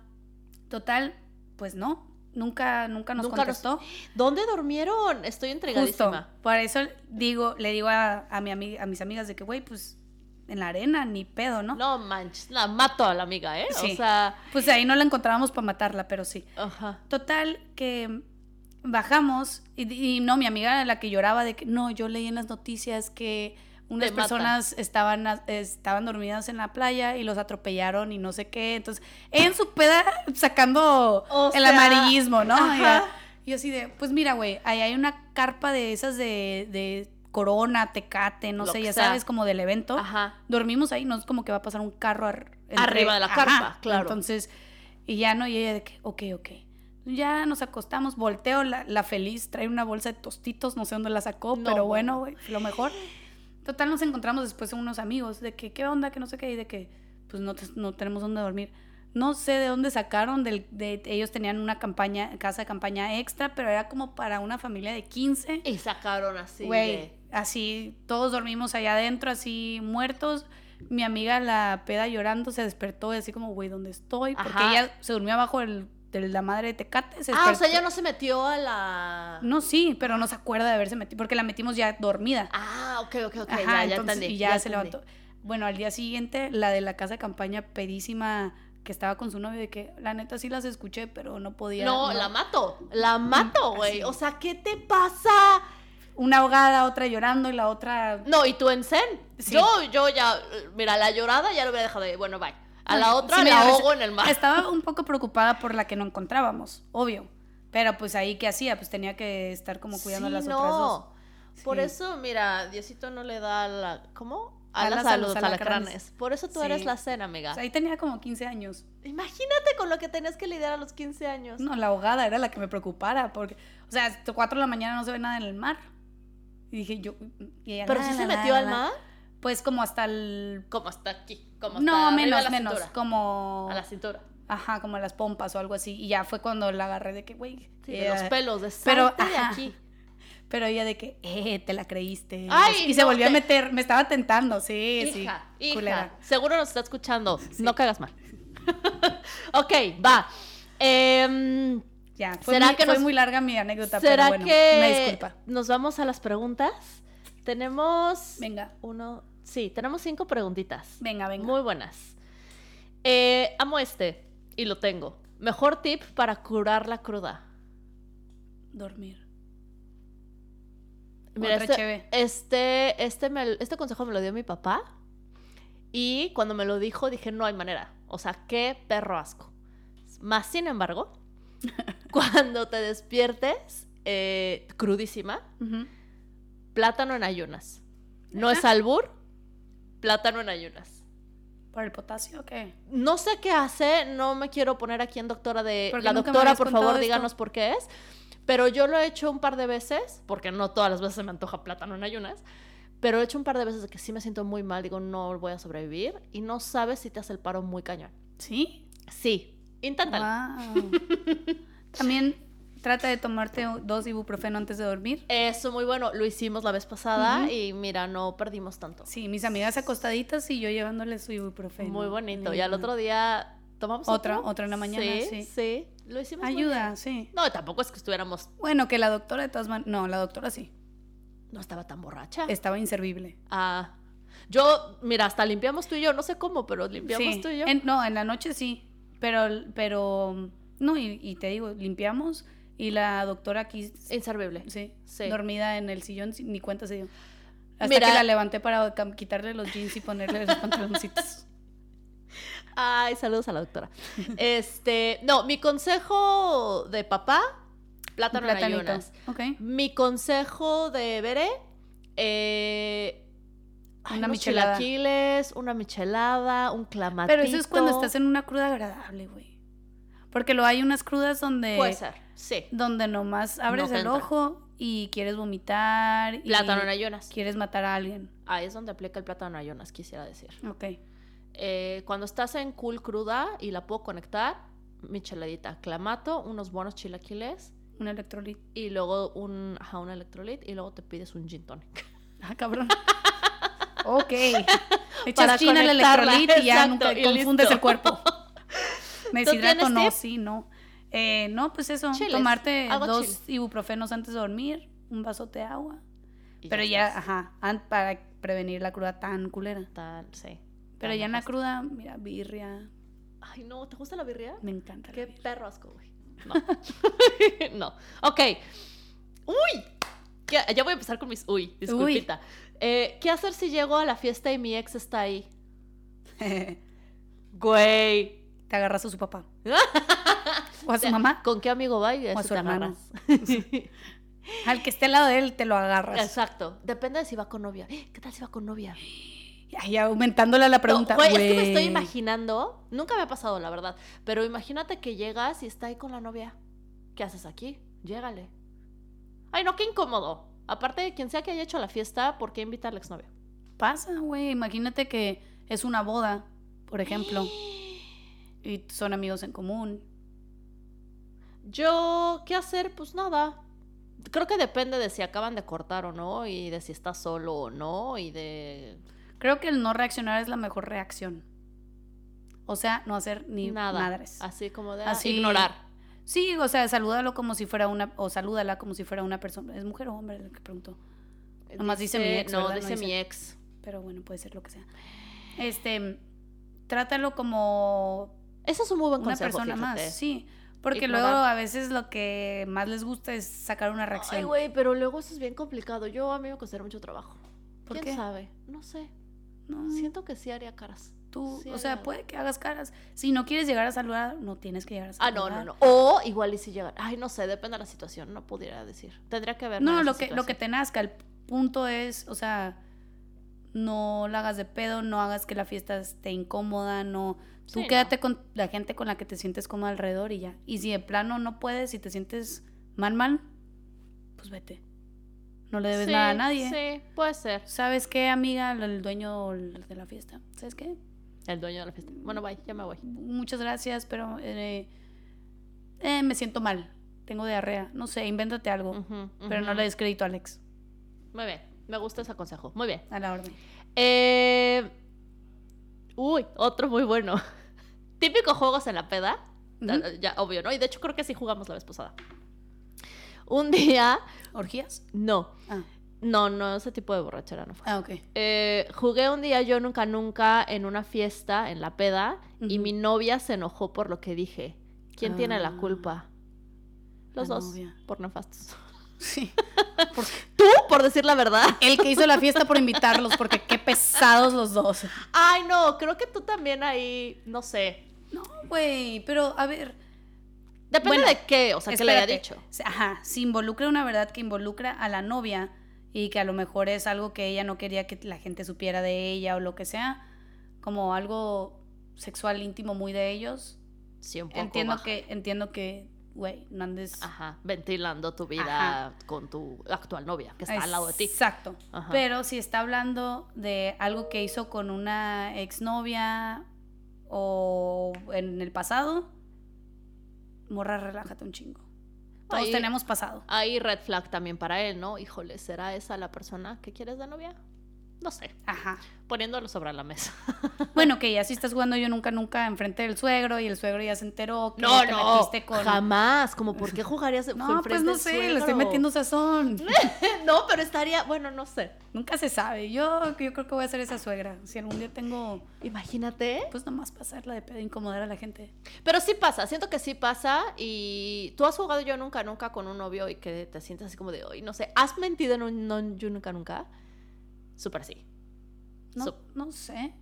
[SPEAKER 3] Total, pues no. Nunca, nunca nos
[SPEAKER 2] Nunca nos-
[SPEAKER 3] contestó.
[SPEAKER 2] ¿Dónde durmieron? Estoy
[SPEAKER 3] Justo.
[SPEAKER 2] intrigadísima.
[SPEAKER 3] Por eso digo, le digo a, a mi ami- a mis amigas de que, güey, pues en la arena, ni pedo, ¿no?
[SPEAKER 2] No manches, la mato a la amiga, ¿eh? O
[SPEAKER 3] Sí.
[SPEAKER 2] sea,
[SPEAKER 3] Pues ahí no la encontrábamos para matarla, pero sí.
[SPEAKER 2] ajá.
[SPEAKER 3] Total, que bajamos y, y no, mi amiga la que lloraba de que no, yo leí en las noticias que unas
[SPEAKER 2] Te matan.
[SPEAKER 3] personas estaban, a- estaban dormidas en la playa y los atropellaron y no sé qué. Entonces, ella en su peda sacando
[SPEAKER 2] O
[SPEAKER 3] el
[SPEAKER 2] sea,
[SPEAKER 3] amarillismo, ¿no?
[SPEAKER 2] ajá.
[SPEAKER 3] Ella- Y yo así de, pues mira, güey, ahí hay una carpa de esas de, de corona, tecate, no
[SPEAKER 2] Lo
[SPEAKER 3] sé,
[SPEAKER 2] que
[SPEAKER 3] ya
[SPEAKER 2] sea.
[SPEAKER 3] sabes, como del evento
[SPEAKER 2] Ajá.
[SPEAKER 3] dormimos ahí, no es como que va a pasar un carro ar-
[SPEAKER 2] Arriba de la carpa, claro.
[SPEAKER 3] Entonces, y ya no, y ella de que, ok, ok. Ya nos acostamos, volteo, la, la feliz trae una bolsa de tostitos, no sé dónde la sacó,
[SPEAKER 2] No,
[SPEAKER 3] pero bueno, güey, lo mejor. Total, nos encontramos después con unos amigos, de que, ¿qué onda? Que no sé qué, y de que, pues no, te- no tenemos dónde dormir. No sé de dónde sacaron, del, de, ellos tenían una campaña, casa de campaña extra, pero era como para una familia de 15.
[SPEAKER 2] Y sacaron así.
[SPEAKER 3] Güey,
[SPEAKER 2] de-
[SPEAKER 3] así todos dormimos allá adentro, así muertos. Mi amiga, la peda llorando, se despertó y así como, güey, ¿dónde estoy? Porque
[SPEAKER 2] Ajá.
[SPEAKER 3] ella se durmió abajo del- de la madre de Tecate. se
[SPEAKER 2] Ah, o sea,
[SPEAKER 3] despertó.
[SPEAKER 2] ya no se metió a la.
[SPEAKER 3] No, sí, pero no se acuerda de haberse metido, porque la metimos ya dormida.
[SPEAKER 2] Ah, ok, ok, ok.
[SPEAKER 3] Ajá,
[SPEAKER 2] ya, ya
[SPEAKER 3] entonces,
[SPEAKER 2] entendí.
[SPEAKER 3] y ya, se
[SPEAKER 2] entendí.
[SPEAKER 3] levantó. Bueno, al día siguiente, la de la casa de campaña pedísima que estaba con su novio, de que la neta sí las escuché, pero no podía.
[SPEAKER 2] No, la mato. La mato,
[SPEAKER 3] Mm,
[SPEAKER 2] güey.
[SPEAKER 3] así.
[SPEAKER 2] O sea, ¿qué te pasa?
[SPEAKER 3] Una ahogada, otra llorando y la otra
[SPEAKER 2] No, y tú en zen.
[SPEAKER 3] Sí.
[SPEAKER 2] Yo, yo ya. eh, Mira, la llorada ya lo hubiera dejado ahí. Bueno, bye. A la
[SPEAKER 3] Ay,
[SPEAKER 2] otra
[SPEAKER 3] sí me
[SPEAKER 2] la
[SPEAKER 3] dio risa.
[SPEAKER 2] ahogo en el mar.
[SPEAKER 3] Estaba un poco preocupada por la que no encontrábamos, obvio. Pero pues ahí, ¿qué hacía? Pues tenía que estar como cuidando a
[SPEAKER 2] Sí,
[SPEAKER 3] las
[SPEAKER 2] no.
[SPEAKER 3] otras dos.
[SPEAKER 2] Por
[SPEAKER 3] Sí.
[SPEAKER 2] eso, mira, Diosito no le da la. ¿Cómo? Alas,
[SPEAKER 3] Alas
[SPEAKER 2] a
[SPEAKER 3] a
[SPEAKER 2] los
[SPEAKER 3] los
[SPEAKER 2] alacranes.
[SPEAKER 3] alacranes.
[SPEAKER 2] Por eso tú
[SPEAKER 3] Sí.
[SPEAKER 2] eres la cena, amiga.
[SPEAKER 3] O sea, ahí tenía como 15 años.
[SPEAKER 2] Imagínate con lo que tenías que lidiar a los 15 años.
[SPEAKER 3] No, la ahogada era la que me preocupara. Porque, o sea, hasta 4 de la mañana no se ve nada en el mar. Y dije yo. y ella,
[SPEAKER 2] Pero
[SPEAKER 3] la,
[SPEAKER 2] sí
[SPEAKER 3] la,
[SPEAKER 2] se
[SPEAKER 3] la,
[SPEAKER 2] metió
[SPEAKER 3] la,
[SPEAKER 2] al
[SPEAKER 3] la.
[SPEAKER 2] mar.
[SPEAKER 3] pues como hasta el...
[SPEAKER 2] Como hasta aquí, como hasta
[SPEAKER 3] No,
[SPEAKER 2] arriba de
[SPEAKER 3] menos,
[SPEAKER 2] la
[SPEAKER 3] menos,
[SPEAKER 2] cintura.
[SPEAKER 3] como...
[SPEAKER 2] A la cintura.
[SPEAKER 3] Ajá, como las pompas o algo así. Y ya fue cuando la agarré de que, güey.
[SPEAKER 2] Sí,
[SPEAKER 3] eh,
[SPEAKER 2] de los pelos, de
[SPEAKER 3] pero,
[SPEAKER 2] salte de
[SPEAKER 3] ajá.
[SPEAKER 2] aquí.
[SPEAKER 3] Pero ella de que, eh, te la creíste.
[SPEAKER 2] Ay,
[SPEAKER 3] y se
[SPEAKER 2] no
[SPEAKER 3] volvió a
[SPEAKER 2] te-
[SPEAKER 3] meter, me estaba tentando, sí,
[SPEAKER 2] hija,
[SPEAKER 3] sí.
[SPEAKER 2] hija,
[SPEAKER 3] culera.
[SPEAKER 2] seguro nos está escuchando. No cagas mal. ok, va. Em,
[SPEAKER 3] Ya, fue,
[SPEAKER 2] ¿Será
[SPEAKER 3] muy,
[SPEAKER 2] que
[SPEAKER 3] fue
[SPEAKER 2] nos-
[SPEAKER 3] muy larga mi anécdota,
[SPEAKER 2] ¿Será
[SPEAKER 3] pero bueno,
[SPEAKER 2] que
[SPEAKER 3] una disculpa.
[SPEAKER 2] nos vamos a las preguntas? Tenemos
[SPEAKER 3] Venga,
[SPEAKER 2] uno, sí, tenemos cinco preguntitas.
[SPEAKER 3] venga, venga.
[SPEAKER 2] Muy buenas. Eh, amo este y lo tengo. Mejor tip para curar la cruda.
[SPEAKER 3] Dormir.
[SPEAKER 2] Mira,
[SPEAKER 3] Otra
[SPEAKER 2] este,
[SPEAKER 3] cheve.
[SPEAKER 2] este, este, me- este consejo me lo dio mi papá y cuando me lo dijo dije, no hay manera. O sea, qué perro asco. Más sin embargo, cuando te despiertes eh, crudísima,
[SPEAKER 3] Ujú.
[SPEAKER 2] plátano en ayunas. No
[SPEAKER 3] Ajá.
[SPEAKER 2] es albur, plátano en ayunas.
[SPEAKER 3] ¿Por el potasio o qué?
[SPEAKER 2] No sé qué hace, no me quiero poner aquí en doctora de...
[SPEAKER 3] Porque
[SPEAKER 2] La
[SPEAKER 3] nunca me
[SPEAKER 2] doctora,
[SPEAKER 3] habías
[SPEAKER 2] por
[SPEAKER 3] contado
[SPEAKER 2] favor,
[SPEAKER 3] esto.
[SPEAKER 2] díganos por qué es. Pero yo lo he hecho un par de veces, porque no todas las veces se me antoja plátano en ayunas, pero he hecho un par de veces de que sí me siento muy mal, digo, no voy a sobrevivir, y no sabes si te hace el paro muy cañón.
[SPEAKER 3] ¿Sí?
[SPEAKER 2] Sí, inténtalo.
[SPEAKER 3] Wow. También trata de tomarte dos ibuprofeno antes de dormir.
[SPEAKER 2] Eso muy bueno, lo hicimos la vez pasada
[SPEAKER 3] Ujú.
[SPEAKER 2] y mira, no perdimos tanto.
[SPEAKER 3] Sí, mis amigas acostaditas y yo llevándoles su ibuprofeno.
[SPEAKER 2] Muy bonito. Y
[SPEAKER 3] Lindo.
[SPEAKER 2] al otro día tomamos
[SPEAKER 3] Otra,
[SPEAKER 2] otro?
[SPEAKER 3] otra en la mañana,
[SPEAKER 2] sí.
[SPEAKER 3] sí.
[SPEAKER 2] Lo hicimos. pues, muy
[SPEAKER 3] Ayuda, sí.
[SPEAKER 2] bien. No, tampoco es que estuviéramos.
[SPEAKER 3] Bueno, que la doctora de todas maneras. No, la doctora sí.
[SPEAKER 2] No estaba tan borracha.
[SPEAKER 3] Estaba inservible.
[SPEAKER 2] Ah. Yo, mira, hasta limpiamos tú y yo, no sé cómo, pero limpiamos
[SPEAKER 3] Sí.
[SPEAKER 2] tú y yo.
[SPEAKER 3] En- no, en la noche sí. Pero, pero. No, y, y te digo, limpiamos y la doctora aquí.
[SPEAKER 2] Inservible.
[SPEAKER 3] Sí,
[SPEAKER 2] Sí.
[SPEAKER 3] Dormida en el sillón, sin- ni cuenta se dio. Hasta
[SPEAKER 2] Mira.
[SPEAKER 3] que la levanté para cam- quitarle los jeans y ponerle los pantaloncitos.
[SPEAKER 2] Ay, saludos a la doctora. Este, no, mi consejo de papá, plátano en
[SPEAKER 3] Platanito.
[SPEAKER 2] ayunas.
[SPEAKER 3] Ok.
[SPEAKER 2] Mi consejo de Bere, eh, ay,
[SPEAKER 3] Una
[SPEAKER 2] unos
[SPEAKER 3] michelada.
[SPEAKER 2] chilaquiles, una michelada, un clamatito.
[SPEAKER 3] Pero eso es cuando estás en una cruda agradable, güey. Porque lo hay unas crudas donde.
[SPEAKER 2] Puede ser, sí.
[SPEAKER 3] Donde nomás abres
[SPEAKER 2] te
[SPEAKER 3] el
[SPEAKER 2] entra.
[SPEAKER 3] ojo y quieres vomitar. y
[SPEAKER 2] Plátano en ayunas.
[SPEAKER 3] Quieres matar a alguien.
[SPEAKER 2] Ahí es donde aplica el plátano en ayunas, quisiera decir.
[SPEAKER 3] Ok.
[SPEAKER 2] Eh, cuando estás en cool cruda y la puedo conectar, micheladita, clamato, unos buenos chilaquiles
[SPEAKER 3] Un electrolit.
[SPEAKER 2] y luego un, ajá, un electrolit y luego te pides un gin tonic.
[SPEAKER 3] Ah, cabrón. ok.
[SPEAKER 2] Para
[SPEAKER 3] Echas china el
[SPEAKER 2] conectarla,
[SPEAKER 3] electrolit y ya
[SPEAKER 2] exacto,
[SPEAKER 3] nunca
[SPEAKER 2] y
[SPEAKER 3] confundes
[SPEAKER 2] listo.
[SPEAKER 3] el cuerpo. Me
[SPEAKER 2] ¿Tú
[SPEAKER 3] deshidrato,
[SPEAKER 2] tienes
[SPEAKER 3] no,
[SPEAKER 2] tip?
[SPEAKER 3] sí, no. Eh, no, pues eso,
[SPEAKER 2] Chiles,
[SPEAKER 3] tomarte
[SPEAKER 2] algo
[SPEAKER 3] dos ibuprofenos antes de dormir, un vasote de agua.
[SPEAKER 2] Y
[SPEAKER 3] Pero ya,
[SPEAKER 2] estás.
[SPEAKER 3] ajá, an- para prevenir la cruda tan culera.
[SPEAKER 2] Tan- sí.
[SPEAKER 3] Pero
[SPEAKER 2] tan
[SPEAKER 3] ya en la
[SPEAKER 2] nefasto.
[SPEAKER 3] cruda, mira, birria,
[SPEAKER 2] Ay, no, ¿te gusta la birria?
[SPEAKER 3] me encanta. la
[SPEAKER 2] Qué
[SPEAKER 3] birria.
[SPEAKER 2] perro asco, güey. No. no. Ok. ¡Uy! ¿Qué- Ya voy a empezar con mis uy, disculpita. Eh, ¿Qué hacer si llego a la fiesta y mi ex está ahí? Güey.
[SPEAKER 3] Te agarras a su papá. o a su mamá.
[SPEAKER 2] ¿Con qué amigo va y
[SPEAKER 3] O a
[SPEAKER 2] eso
[SPEAKER 3] su
[SPEAKER 2] te
[SPEAKER 3] hermano.
[SPEAKER 2] agarras?
[SPEAKER 3] Al que esté al lado de él, te lo agarras.
[SPEAKER 2] Exacto. Depende de si va con novia. ¡Eh! ¿Qué tal si va con novia?
[SPEAKER 3] Y aumentándole la pregunta.
[SPEAKER 2] No, güey, es que me estoy
[SPEAKER 3] güey.
[SPEAKER 2] imaginando. Nunca me ha pasado, la verdad. Pero imagínate que llegas y está ahí con la novia. ¿Qué haces aquí? Llégale. Ay, no, qué incómodo. Aparte de quien sea que haya hecho la fiesta, ¿por qué invita a la exnovia?
[SPEAKER 3] pasa, güey. Imagínate que es una boda, por ejemplo, y son amigos en común.
[SPEAKER 2] Yo, ¿qué hacer? Pues nada. Creo que depende de si acaban de cortar o no, y de si estás solo o no, y de.
[SPEAKER 3] Creo que el no reaccionar es la mejor reacción. O sea, no hacer ni
[SPEAKER 2] nada. Ah.
[SPEAKER 3] madres.
[SPEAKER 2] Así como de.
[SPEAKER 3] Así-
[SPEAKER 2] Ignorar.
[SPEAKER 3] Sí, o sea, salúdalo como si fuera una, o salúdala como si fuera una persona. ¿Es mujer o hombre el que preguntó? Nomás dice mi ex,
[SPEAKER 2] No,
[SPEAKER 3] ¿verdad? No
[SPEAKER 2] dice mi
[SPEAKER 3] dice-
[SPEAKER 2] ex.
[SPEAKER 3] Pero bueno, puede ser lo que sea. Este, trátalo como
[SPEAKER 2] Ese es un muy buen
[SPEAKER 3] una
[SPEAKER 2] consejo.
[SPEAKER 3] persona
[SPEAKER 2] fíjate.
[SPEAKER 3] más, sí. Porque
[SPEAKER 2] Ignorar.
[SPEAKER 3] luego a veces lo que más les gusta es sacar una reacción.
[SPEAKER 2] Ay, güey, pero luego eso es bien complicado. Yo a mí me costaría mucho trabajo.
[SPEAKER 3] ¿Por
[SPEAKER 2] ¿Quién
[SPEAKER 3] qué?
[SPEAKER 2] sabe? No sé.
[SPEAKER 3] No.
[SPEAKER 2] Siento que sí haría caras.
[SPEAKER 3] Tú,
[SPEAKER 2] Sí,
[SPEAKER 3] o
[SPEAKER 2] haría-
[SPEAKER 3] sea, puede que hagas caras. Si no quieres llegar a saludar, no tienes que llegar a
[SPEAKER 2] Ah,
[SPEAKER 3] saludar.
[SPEAKER 2] no, no, no. O igual y si llegan. Ay, no sé, depende de la situación. No pudiera decir. Tendría que ver.
[SPEAKER 3] No, lo que, lo que te nazca. El punto es, o sea, no la hagas de pedo, no hagas que la fiesta esté incómoda, no. Tú
[SPEAKER 2] Sí, no.
[SPEAKER 3] quédate con la gente con la que te sientes cómoda alrededor y ya. Y si de plano no puedes, si te sientes mal, mal, pues vete. No le debes
[SPEAKER 2] Sí,
[SPEAKER 3] nada a nadie.
[SPEAKER 2] Sí, puede ser.
[SPEAKER 3] ¿Sabes qué, amiga? El dueño de la fiesta. ¿Sabes qué?
[SPEAKER 2] El dueño de la fiesta. Bueno, bye, ya me voy.
[SPEAKER 3] Muchas gracias, pero eh, eh, me siento mal. Tengo diarrea. No sé, invéntate algo.
[SPEAKER 2] Ujú,
[SPEAKER 3] Pero no
[SPEAKER 2] ujú.
[SPEAKER 3] le des crédito a Alex.
[SPEAKER 2] Muy bien, me gusta ese consejo. Muy bien.
[SPEAKER 3] A la orden.
[SPEAKER 2] Eh, Uy, otro muy bueno. Típico juegos en la peda. Ya-
[SPEAKER 3] Ujú.
[SPEAKER 2] Ya, obvio, ¿no? Y de hecho creo que sí jugamos la vez pasada. Un día,
[SPEAKER 3] ¿Orgías?
[SPEAKER 2] no,
[SPEAKER 3] Ah,
[SPEAKER 2] no, no, ese tipo de borrachera no fue.
[SPEAKER 3] ah ok.
[SPEAKER 2] Eh, jugué un día yo nunca nunca en una fiesta, en la peda, y
[SPEAKER 3] Ujú.
[SPEAKER 2] mi novia se enojó por lo que dije. ¿Quién tiene la
[SPEAKER 3] Ah.
[SPEAKER 2] culpa? Los
[SPEAKER 3] La
[SPEAKER 2] dos,
[SPEAKER 3] novia.
[SPEAKER 2] por nefastos.
[SPEAKER 3] Sí. Porque-
[SPEAKER 2] Tú, por decir la verdad.
[SPEAKER 3] el que hizo la fiesta por invitarlos, porque qué pesados los dos.
[SPEAKER 2] Ay, no, creo que tú también ahí, no sé.
[SPEAKER 3] No, güey, pero a ver.
[SPEAKER 2] Depende
[SPEAKER 3] Bueno,
[SPEAKER 2] de qué, o sea, qué le haya
[SPEAKER 3] espérate.
[SPEAKER 2] dicho.
[SPEAKER 3] Ajá, si involucra una verdad que involucra a la novia y que a lo mejor es algo que ella no quería que la gente supiera de ella o lo que sea, como algo sexual íntimo muy de ellos.
[SPEAKER 2] Sí, un poco
[SPEAKER 3] Entiendo
[SPEAKER 2] baja.
[SPEAKER 3] que, entiendo que, güey, no andes.
[SPEAKER 2] Ajá, ventilando tu vida con tu actual novia, que está al lado de ti.
[SPEAKER 3] Exacto.
[SPEAKER 2] Ajá.
[SPEAKER 3] Pero si está hablando de algo que hizo con una exnovia o en el pasado, morra, relájate un chingo. Todos
[SPEAKER 2] Ahí-
[SPEAKER 3] tenemos pasado.
[SPEAKER 2] Ahí red flag también para él, ¿no? Híjole, ¿será esa la persona que quieres de novia? No sé,
[SPEAKER 3] Ajá.
[SPEAKER 2] poniéndolo sobre la mesa.
[SPEAKER 3] Bueno, que ya si estás jugando yo nunca, nunca enfrente del suegro y el suegro ya se enteró que
[SPEAKER 2] No,
[SPEAKER 3] te
[SPEAKER 2] no,
[SPEAKER 3] metiste con.
[SPEAKER 2] jamás, como por qué jugarías
[SPEAKER 3] No, pues no sé, le estoy metiendo sazón.
[SPEAKER 2] No, pero estaría, bueno, no sé.
[SPEAKER 3] nunca se sabe. Yo, yo creo que voy a ser esa suegra. Si algún día tengo,
[SPEAKER 2] Imagínate.
[SPEAKER 3] pues nomás pasarla de pedo, incomodar a la gente.
[SPEAKER 2] Pero sí pasa, siento que sí pasa y tú has jugado yo nunca nunca con un novio y que te sientes así como de hoy, no sé, ¿has mentido en un no, yo nunca nunca? Súper sí,
[SPEAKER 3] No,
[SPEAKER 2] So-
[SPEAKER 3] no sé.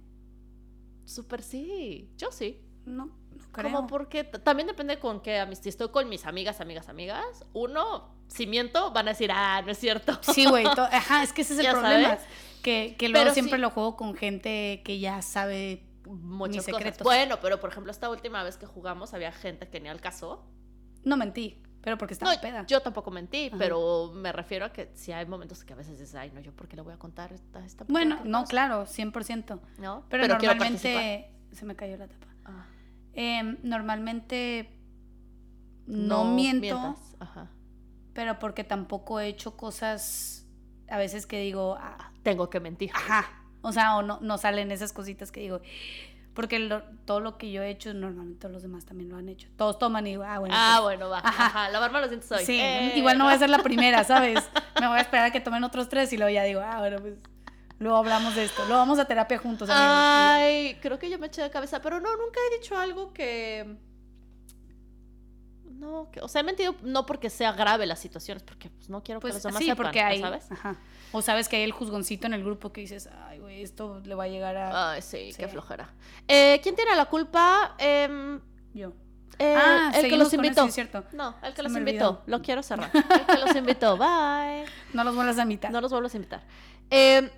[SPEAKER 2] súper sí, yo sí.
[SPEAKER 3] No, no creo.
[SPEAKER 2] Como porque t- también depende con qué amistad, si estoy con mis amigas, amigas, amigas, uno, si miento, van a decir, ah, no es cierto.
[SPEAKER 3] Sí, güey. to- Ajá, es que ese es el
[SPEAKER 2] Ya
[SPEAKER 3] problema.
[SPEAKER 2] sabes.
[SPEAKER 3] Que, que luego
[SPEAKER 2] Pero
[SPEAKER 3] siempre
[SPEAKER 2] sí-
[SPEAKER 3] lo juego con gente que ya sabe.
[SPEAKER 2] Muchas
[SPEAKER 3] Mis
[SPEAKER 2] cosas.
[SPEAKER 3] secretos.
[SPEAKER 2] Bueno, pero por ejemplo, esta última vez que jugamos había gente que ni al caso.
[SPEAKER 3] No mentí, pero porque estaba
[SPEAKER 2] no,
[SPEAKER 3] peda.
[SPEAKER 2] yo tampoco mentí,
[SPEAKER 3] Ah. Ajá.
[SPEAKER 2] pero me refiero a que si hay momentos que a veces dices, ay, no, yo por qué le voy a contar esta, esta persona
[SPEAKER 3] bueno,
[SPEAKER 2] qué
[SPEAKER 3] no,
[SPEAKER 2] cosa?"
[SPEAKER 3] claro, 100%.
[SPEAKER 2] ¿no?
[SPEAKER 3] Pero,
[SPEAKER 2] quiero
[SPEAKER 3] normalmente. Se me cayó la tapa.
[SPEAKER 2] participar.
[SPEAKER 3] Em, normalmente no, miento,
[SPEAKER 2] mientas, ajá.
[SPEAKER 3] pero porque tampoco he hecho cosas a veces que digo, "Ah,
[SPEAKER 2] Tengo que mentir.
[SPEAKER 3] ajá. O sea, o no, no salen esas cositas que digo. Porque lo- todo lo que yo he hecho, normalmente todos los demás también lo han hecho. Todos toman y digo, ah, bueno.
[SPEAKER 2] ah,
[SPEAKER 3] pues,
[SPEAKER 2] bueno, va. Ajá.
[SPEAKER 3] Ajá.
[SPEAKER 2] Lavarme los dientes hoy.
[SPEAKER 3] Sí,
[SPEAKER 2] Eh,
[SPEAKER 3] igual no voy a ser la primera, ¿sabes? Me voy a esperar a que tomen otros tres y luego ya digo, ah, bueno, pues luego hablamos de esto, luego vamos a terapia juntos. amigos.
[SPEAKER 2] Ay, creo que yo me eché de cabeza, pero no, nunca he dicho algo que... No, que- o sea, he mentido no porque sea grave las situaciones, porque pues, no quiero que
[SPEAKER 3] Pues
[SPEAKER 2] los demás
[SPEAKER 3] sí,
[SPEAKER 2] sepan,
[SPEAKER 3] porque
[SPEAKER 2] ¿no
[SPEAKER 3] hay,
[SPEAKER 2] ¿sabes?
[SPEAKER 3] ajá. o sabes que hay el juzgoncito en el grupo que dices, ay, güey, esto le va a llegar a
[SPEAKER 2] Ay, sí,
[SPEAKER 3] Sí.
[SPEAKER 2] qué flojera. Eh, ¿Quién tiene la culpa? Em,
[SPEAKER 3] yo.
[SPEAKER 2] eh, el que
[SPEAKER 3] Ah, seguimos
[SPEAKER 2] los
[SPEAKER 3] con eso,
[SPEAKER 2] invitó.
[SPEAKER 3] sí, es cierto.
[SPEAKER 2] No, el que
[SPEAKER 3] Se
[SPEAKER 2] los
[SPEAKER 3] me
[SPEAKER 2] invitó.
[SPEAKER 3] olvidó.
[SPEAKER 2] Lo quiero cerrar. El que los invitó. Bye.
[SPEAKER 3] No los vuelvas a mitad.
[SPEAKER 2] No los vuelvas a invitar. Eh,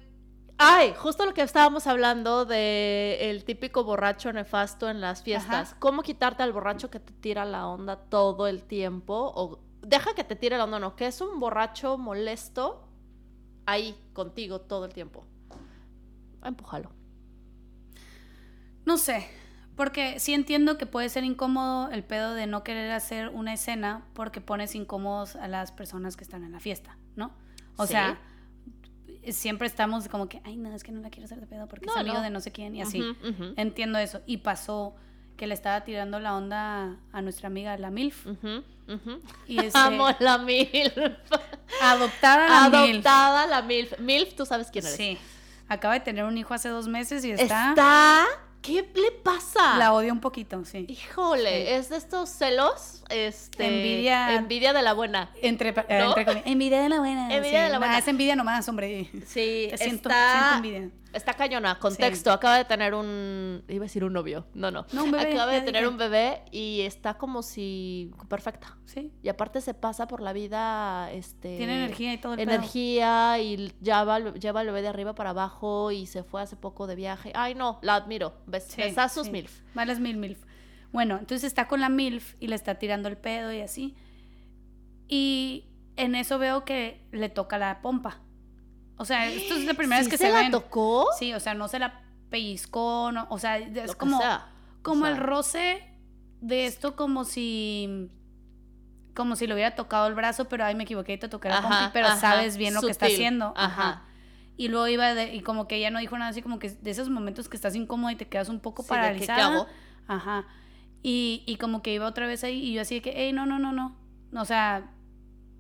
[SPEAKER 2] ay, justo lo que estábamos hablando de el típico borracho nefasto en las fiestas.
[SPEAKER 3] Ajá.
[SPEAKER 2] ¿Cómo quitarte al borracho que te tira la onda todo el tiempo? O deja que te tire la onda, no, que es un borracho molesto ahí contigo todo el tiempo. Empújalo.
[SPEAKER 3] No sé, porque sí entiendo que puede ser incómodo el pedo de no querer hacer una escena porque pones incómodos a las personas que están en la fiesta, ¿no? O
[SPEAKER 2] Sí.
[SPEAKER 3] sea, siempre estamos como que, ay, no, es que no la quiero hacer de pedo porque
[SPEAKER 2] No,
[SPEAKER 3] es amigo
[SPEAKER 2] no.
[SPEAKER 3] de no sé quién y así.
[SPEAKER 2] Ujú, ujú,
[SPEAKER 3] Entiendo eso. Y pasó que le estaba tirando la onda a nuestra amiga, la MILF.
[SPEAKER 2] ujú, ujú.
[SPEAKER 3] Y este,
[SPEAKER 2] Amo la MILF.
[SPEAKER 3] adoptar a la MILF.
[SPEAKER 2] Adoptada la MILF. MILF, tú sabes quién eres.
[SPEAKER 3] Sí. Acaba de tener un hijo hace dos meses y
[SPEAKER 2] Está...
[SPEAKER 3] está...
[SPEAKER 2] ¿Qué le pasa?
[SPEAKER 3] La odio un poquito, sí.
[SPEAKER 2] Híjole,
[SPEAKER 3] Sí.
[SPEAKER 2] es de estos celos, este,
[SPEAKER 3] Envidia.
[SPEAKER 2] envidia de la buena.
[SPEAKER 3] Entre, pa- eh,
[SPEAKER 2] ¿No?
[SPEAKER 3] entre comillas. Envidia de la buena.
[SPEAKER 2] Envidia de la
[SPEAKER 3] Nah,
[SPEAKER 2] buena.
[SPEAKER 3] es envidia nomás, hombre.
[SPEAKER 2] Sí,
[SPEAKER 3] Te siento,
[SPEAKER 2] está,
[SPEAKER 3] siento envidia.
[SPEAKER 2] está cañona. Contexto, acaba de tener un, iba a decir un novio, no, no,
[SPEAKER 3] No, un bebé,
[SPEAKER 2] acaba de
[SPEAKER 3] ya
[SPEAKER 2] tener
[SPEAKER 3] dije.
[SPEAKER 2] un bebé y está como si perfecta.
[SPEAKER 3] Sí.
[SPEAKER 2] Y aparte se pasa por la vida, este,
[SPEAKER 3] Tiene energía y todo el pedo.
[SPEAKER 2] energía y lleva, al- lleva al bebé de arriba para abajo y se fue hace poco de viaje. Ay no, la admiro. Bes,
[SPEAKER 3] Sí,
[SPEAKER 2] besazos
[SPEAKER 3] sí.
[SPEAKER 2] milf.
[SPEAKER 3] Malas mil milf. Bueno, entonces está con la milf y le está tirando el pedo y así. Y en eso veo que le toca la pompa. O sea, esto es la primera
[SPEAKER 2] ¿Sí
[SPEAKER 3] vez que
[SPEAKER 2] se,
[SPEAKER 3] se,
[SPEAKER 2] la
[SPEAKER 3] ven.
[SPEAKER 2] tocó?
[SPEAKER 3] Sí, o sea, no se la pellizcó, no- o sea,
[SPEAKER 2] Lo
[SPEAKER 3] es
[SPEAKER 2] que
[SPEAKER 3] como,
[SPEAKER 2] sea.
[SPEAKER 3] como
[SPEAKER 2] o sea.
[SPEAKER 3] el roce de esto como si como si le hubiera tocado el brazo, pero ay, me equivoqué y te toqué la
[SPEAKER 2] Ajá,
[SPEAKER 3] pompi, pero
[SPEAKER 2] ajá,
[SPEAKER 3] sabes bien lo que está
[SPEAKER 2] sutil,
[SPEAKER 3] haciendo. Ajá.
[SPEAKER 2] ajá.
[SPEAKER 3] Y luego iba de- y como que ella no dijo nada, así como que de esos momentos que estás incómoda y te quedas un poco
[SPEAKER 2] Sí, de que, ¿qué
[SPEAKER 3] paralizada.
[SPEAKER 2] hago?
[SPEAKER 3] Ajá. Y, y como que iba otra vez ahí y yo así de que, hey, no, no, no, no. O sea,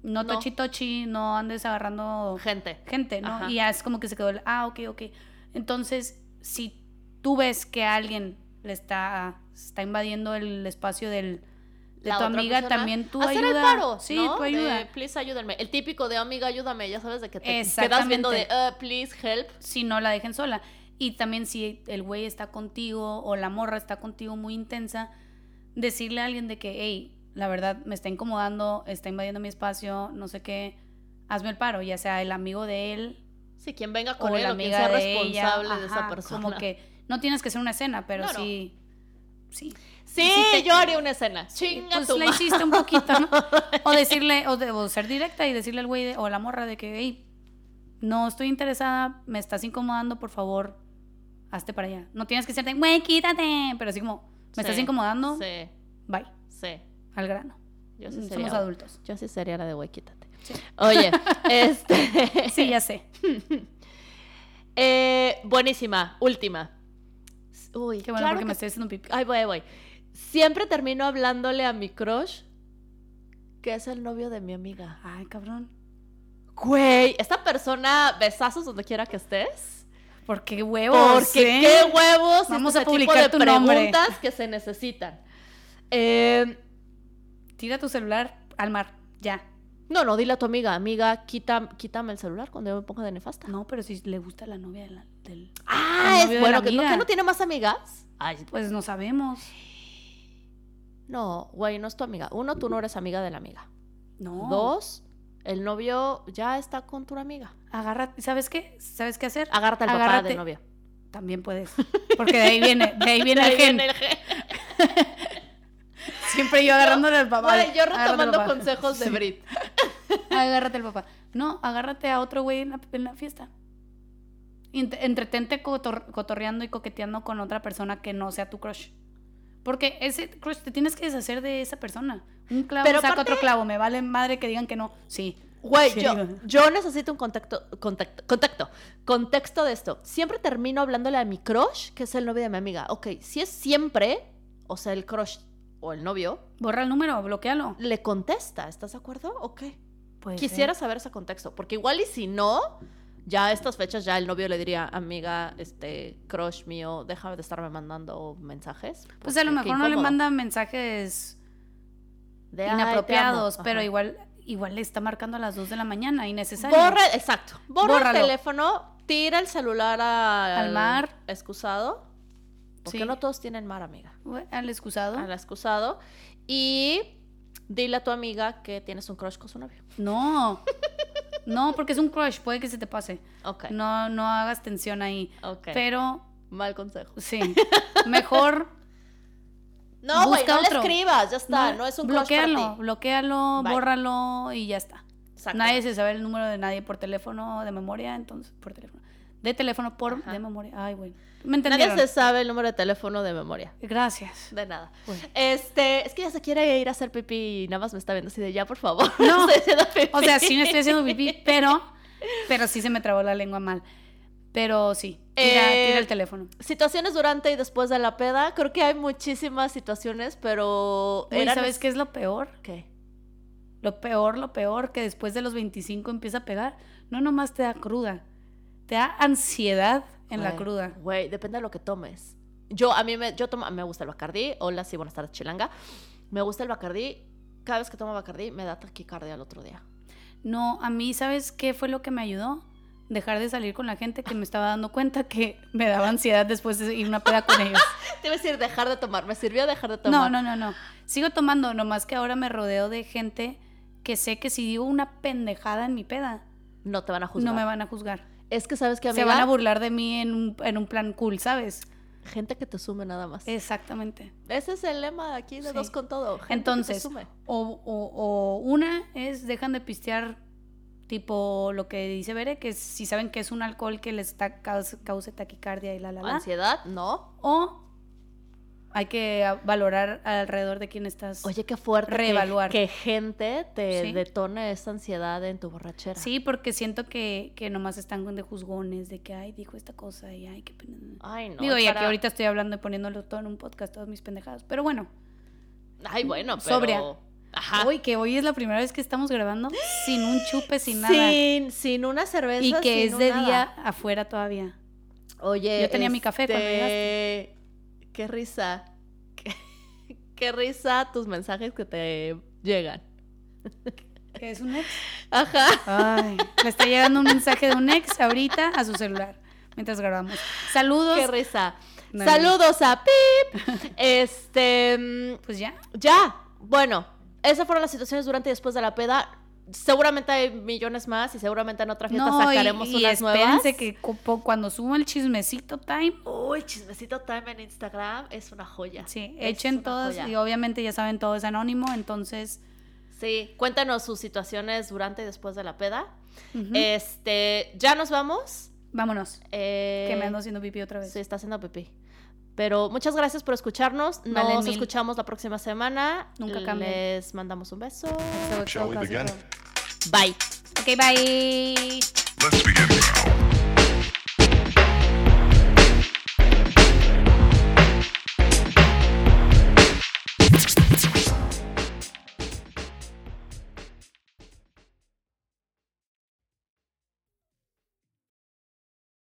[SPEAKER 3] no,
[SPEAKER 2] No.
[SPEAKER 3] tochi tochi, no andes agarrando
[SPEAKER 2] Gente.
[SPEAKER 3] gente, ¿no?
[SPEAKER 2] Ajá.
[SPEAKER 3] Y ya es como que se quedó el, ah, ok, ok. Entonces, si tú ves que alguien le está, está invadiendo el espacio del, de
[SPEAKER 2] La
[SPEAKER 3] tu
[SPEAKER 2] otra
[SPEAKER 3] amiga,
[SPEAKER 2] persona,
[SPEAKER 3] también tú
[SPEAKER 2] hacer
[SPEAKER 3] ayuda.
[SPEAKER 2] el paro,
[SPEAKER 3] sí,
[SPEAKER 2] ¿no?
[SPEAKER 3] tú ayuda.
[SPEAKER 2] De, please ayúdame. El típico de amiga, ayúdame, ya sabes de que te quedas
[SPEAKER 3] Exactamente.
[SPEAKER 2] viendo de "Uh, please help.
[SPEAKER 3] Si no la dejen sola. Y también si el güey está contigo o la morra está contigo muy intensa, decirle a alguien de que, hey, la verdad me está incomodando, está invadiendo mi espacio, no sé qué, hazme el paro, ya sea el amigo de él
[SPEAKER 2] Sí, quien venga con
[SPEAKER 3] o
[SPEAKER 2] él
[SPEAKER 3] la
[SPEAKER 2] o quien
[SPEAKER 3] amiga
[SPEAKER 2] sea
[SPEAKER 3] de ella,
[SPEAKER 2] responsable de
[SPEAKER 3] ajá,
[SPEAKER 2] esa persona.
[SPEAKER 3] Como que no tienes que ser una escena, pero
[SPEAKER 2] No, no.
[SPEAKER 3] sí. Sí.
[SPEAKER 2] Sí,
[SPEAKER 3] hiciste-
[SPEAKER 2] yo haré una escena. Chinga
[SPEAKER 3] Pues
[SPEAKER 2] tu
[SPEAKER 3] la
[SPEAKER 2] ma-
[SPEAKER 3] hiciste un poquito, ¿no? O decirle, o, de- o ser directa y decirle al güey de- o a la morra de que, hey, no estoy interesada, me estás incomodando, por favor, hazte para allá. No tienes que ser de, güey, quítate, pero así como, me estás
[SPEAKER 2] Sí,
[SPEAKER 3] incomodando,
[SPEAKER 2] Sí,
[SPEAKER 3] bye,
[SPEAKER 2] sí.
[SPEAKER 3] al grano.
[SPEAKER 2] Yo sí sería.
[SPEAKER 3] Mm, Somos adultos.
[SPEAKER 2] Yo sí sería la de güey, quítate.
[SPEAKER 3] Sí.
[SPEAKER 2] Oye, este.
[SPEAKER 3] Sí, ya sé.
[SPEAKER 2] eh, buenísima, última. Uy,
[SPEAKER 3] Qué bueno
[SPEAKER 2] claro
[SPEAKER 3] porque me
[SPEAKER 2] que Ah.
[SPEAKER 3] estoy haciendo pipí.
[SPEAKER 2] Ay, voy, ahí voy. Siempre termino hablándole a mi crush, que es el novio de mi amiga.
[SPEAKER 3] Ay, cabrón.
[SPEAKER 2] Güey, esta persona, besazos donde quiera que estés.
[SPEAKER 3] ¿Por qué huevos?
[SPEAKER 2] Porque
[SPEAKER 3] eh?
[SPEAKER 2] qué huevos
[SPEAKER 3] Vamos
[SPEAKER 2] Vamos
[SPEAKER 3] a
[SPEAKER 2] a tipo de
[SPEAKER 3] publicar tu nombre.
[SPEAKER 2] preguntas que se necesitan. Eh,
[SPEAKER 3] Tira tu celular al mar, ya.
[SPEAKER 2] no, no, dile a tu amiga, amiga, quita, quítame el celular cuando yo me ponga de nefasta.
[SPEAKER 3] No, pero si le gusta la novia de la- del...
[SPEAKER 2] Ah,
[SPEAKER 3] novio de
[SPEAKER 2] es bueno,
[SPEAKER 3] la
[SPEAKER 2] que, ¿no,
[SPEAKER 3] amiga.
[SPEAKER 2] que no tiene más amigas. Ay,
[SPEAKER 3] Pues no sabemos.
[SPEAKER 2] no, güey, no es tu amiga. Uno, tú no eres amiga de la amiga.
[SPEAKER 3] No.
[SPEAKER 2] Dos, el novio ya está con tu amiga.
[SPEAKER 3] Agarra, ¿sabes qué? ¿Sabes qué hacer?
[SPEAKER 2] Agárrate al papá
[SPEAKER 3] Agárrate.
[SPEAKER 2] del novio.
[SPEAKER 3] También puedes. Porque de ahí viene, de ahí viene el gen. Siempre yo agarrándole al papá.
[SPEAKER 2] Güey, yo
[SPEAKER 3] Agárrate al
[SPEAKER 2] retomando
[SPEAKER 3] papá.
[SPEAKER 2] consejos de
[SPEAKER 3] Sí.
[SPEAKER 2] Brit.
[SPEAKER 3] Agárrate al papá. No, agárrate a otro güey en la, en la fiesta. Ent- entretente cotor- cotorreando y coqueteando con otra persona que no sea tu crush. Porque ese crush te tienes que deshacer de esa persona. Un clavo
[SPEAKER 2] Pero
[SPEAKER 3] saca
[SPEAKER 2] aparte-
[SPEAKER 3] otro clavo. Me vale madre que digan que no. Sí.
[SPEAKER 2] Güey,
[SPEAKER 3] Sí,
[SPEAKER 2] yo,
[SPEAKER 3] digo.
[SPEAKER 2] yo necesito un contacto, contacto, contacto, contexto de esto. Siempre termino hablándole a mi crush, que es el novio de mi amiga. Ok, si es siempre, o sea, el crush o el novio,
[SPEAKER 3] Borra el número, bloquealo.
[SPEAKER 2] le contesta. ¿Estás de acuerdo? Ok.
[SPEAKER 3] Pues,
[SPEAKER 2] Quisiera saber ese contexto, porque igual y si no, ya a estas fechas ya el novio le diría, amiga, este crush mío, déjame de estarme mandando mensajes.
[SPEAKER 3] Pues a lo
[SPEAKER 2] porque qué
[SPEAKER 3] mejor no le
[SPEAKER 2] incómodo".
[SPEAKER 3] mandan mensajes
[SPEAKER 2] De, "Ay, te amo".
[SPEAKER 3] inapropiados, pero
[SPEAKER 2] Ajá.
[SPEAKER 3] igual igual le está marcando a las 2 de la mañana, innecesario.
[SPEAKER 2] Borra, exacto. Borra
[SPEAKER 3] Bórralo.
[SPEAKER 2] el teléfono, tira el celular a-
[SPEAKER 3] Al mar.
[SPEAKER 2] Excusado. Porque
[SPEAKER 3] Sí.
[SPEAKER 2] no todos tienen mar, amiga.
[SPEAKER 3] Ue- Al excusado.
[SPEAKER 2] Al excusado. Y dile a tu amiga que tienes un crush con su novio.
[SPEAKER 3] No. No, porque es un crush, puede que se te pase.
[SPEAKER 2] Ok.
[SPEAKER 3] No no hagas tensión ahí.
[SPEAKER 2] Ok.
[SPEAKER 3] Pero
[SPEAKER 2] Mal consejo.
[SPEAKER 3] sí, mejor
[SPEAKER 2] No, güey,
[SPEAKER 3] Busca
[SPEAKER 2] no le
[SPEAKER 3] otro.
[SPEAKER 2] escribas, ya está. No, es un
[SPEAKER 3] bloquealo,
[SPEAKER 2] crush para ti.
[SPEAKER 3] bloquealo,
[SPEAKER 2] Bye.
[SPEAKER 3] bórralo y ya está.
[SPEAKER 2] Exacto.
[SPEAKER 3] Nadie se sabe el número de nadie por teléfono de memoria, entonces por teléfono. De teléfono por
[SPEAKER 2] Ajá.
[SPEAKER 3] de memoria. Ay, bueno. Me
[SPEAKER 2] Nadie
[SPEAKER 3] entendieron.
[SPEAKER 2] se sabe el número de teléfono de memoria.
[SPEAKER 3] Gracias.
[SPEAKER 2] De nada.
[SPEAKER 3] Bueno.
[SPEAKER 2] Este, es que ya se quiere ir a hacer pipí y nada más me está viendo así de ya, por favor.
[SPEAKER 3] No.
[SPEAKER 2] estoy haciendo pipí.
[SPEAKER 3] O sea, sí me estoy haciendo pipí, pero, pero sí se me trabó la lengua mal. Pero sí, tira,
[SPEAKER 2] Eh,
[SPEAKER 3] tira el teléfono.
[SPEAKER 2] Situaciones durante y después de la peda. Creo que hay muchísimas situaciones, pero.
[SPEAKER 3] Güey,
[SPEAKER 2] eran-
[SPEAKER 3] ¿sabes qué es lo peor?
[SPEAKER 2] ¿Qué?
[SPEAKER 3] Lo peor, lo peor, que después de los 25 empieza a pegar. No nomás te da cruda, te da ansiedad en la
[SPEAKER 2] Güey,
[SPEAKER 3] cruda.
[SPEAKER 2] Güey, depende de lo que tomes. Yo, a mí me, yo tomo, me gusta el Bacardí. Hola, sí, buenas tardes, Chilanga. Me gusta el Bacardí. Cada vez que tomo Bacardí me da taquicardia al otro día.
[SPEAKER 3] No, a mí, ¿sabes qué fue lo que me ayudó? Dejar de salir con la gente que me estaba dando cuenta que me daba ansiedad después de ir a una peda con ellos.
[SPEAKER 2] Te iba a decir dejar de tomar. Me sirvió dejar de
[SPEAKER 3] No,
[SPEAKER 2] tomar.
[SPEAKER 3] no, no, no. Sigo tomando, nomás que ahora me rodeo de gente que sé que si digo una pendejada en mi peda,
[SPEAKER 2] No te van a juzgar.
[SPEAKER 3] no me van a juzgar.
[SPEAKER 2] Es que sabes que
[SPEAKER 3] Se van a
[SPEAKER 2] amiga.
[SPEAKER 3] burlar de mí en un, en un plan cool, ¿sabes?
[SPEAKER 2] Gente que te sume nada más.
[SPEAKER 3] Exactamente.
[SPEAKER 2] Ese es el lema aquí de
[SPEAKER 3] Sí.
[SPEAKER 2] dos con todo. gente que te
[SPEAKER 3] Entonces,
[SPEAKER 2] sume.
[SPEAKER 3] o, o- o una es dejan de pistear tipo lo que dice Bere, que es si saben que es un alcohol que les ta- caus- cause taquicardia y la la la.
[SPEAKER 2] ansiedad, no.
[SPEAKER 3] O hay que a- valorar alrededor de quién estás.
[SPEAKER 2] Oye, qué fuerte. que-
[SPEAKER 3] Reevaluar.
[SPEAKER 2] Que, gente te
[SPEAKER 3] Sí.
[SPEAKER 2] detone esa ansiedad en tu borrachera.
[SPEAKER 3] Sí, porque siento que, que nomás están de juzgones, de que, ay, dijo esta cosa y, ay, qué pena.
[SPEAKER 2] Ay, no.
[SPEAKER 3] Digo, y aquí
[SPEAKER 2] para-
[SPEAKER 3] ahorita estoy hablando y poniéndolo todo en un podcast, todas mis pendejadas. Pero bueno,
[SPEAKER 2] Ay, bueno, pero.
[SPEAKER 3] Sobria.
[SPEAKER 2] Ajá.
[SPEAKER 3] hoy que hoy es la primera vez que estamos grabando sin un chupe, sin nada.
[SPEAKER 2] Sin, sin una cerveza.
[SPEAKER 3] y que
[SPEAKER 2] sin
[SPEAKER 3] es
[SPEAKER 2] un
[SPEAKER 3] de
[SPEAKER 2] nada.
[SPEAKER 3] día afuera todavía.
[SPEAKER 2] Oye.
[SPEAKER 3] Yo tenía mi café cuando
[SPEAKER 2] este, Qué risa. Qué, qué risa tus mensajes que te llegan.
[SPEAKER 3] ¿Qué es un ex?
[SPEAKER 2] Ajá.
[SPEAKER 3] Ay, le está llegando un mensaje de un ex ahorita a su celular mientras grabamos. Saludos.
[SPEAKER 2] Qué risa.
[SPEAKER 3] No, no, no.
[SPEAKER 2] Saludos a Pip. Este. mm,
[SPEAKER 3] Pues ya.
[SPEAKER 2] Ya, bueno, esas fueron las situaciones durante y después de la peda. Seguramente hay millones más y seguramente en otra fiesta
[SPEAKER 3] y-
[SPEAKER 2] sacaremos
[SPEAKER 3] y
[SPEAKER 2] unas nuevas.
[SPEAKER 3] espérense que cu- cuando suba el chismecito time,
[SPEAKER 2] Uy, chismecito time en Instagram es una joya.
[SPEAKER 3] sí,
[SPEAKER 2] Es
[SPEAKER 3] echen
[SPEAKER 2] una
[SPEAKER 3] todas
[SPEAKER 2] joya.
[SPEAKER 3] y obviamente ya saben todo es anónimo, entonces
[SPEAKER 2] Sí, cuéntanos sus situaciones durante y después de la peda.
[SPEAKER 3] ujú,
[SPEAKER 2] Este, ya nos vamos.
[SPEAKER 3] vámonos.
[SPEAKER 2] Eh,
[SPEAKER 3] que me ando haciendo pipí otra vez.
[SPEAKER 2] Sí, está haciendo pipí. Pero muchas gracias por escucharnos. Nos
[SPEAKER 3] Vale, mil.
[SPEAKER 2] escuchamos la próxima semana.
[SPEAKER 3] Nunca cambien.
[SPEAKER 2] Les mandamos un beso.
[SPEAKER 1] Shall we begin?
[SPEAKER 2] Bye.
[SPEAKER 3] Ok, bye.
[SPEAKER 1] Let's begin now.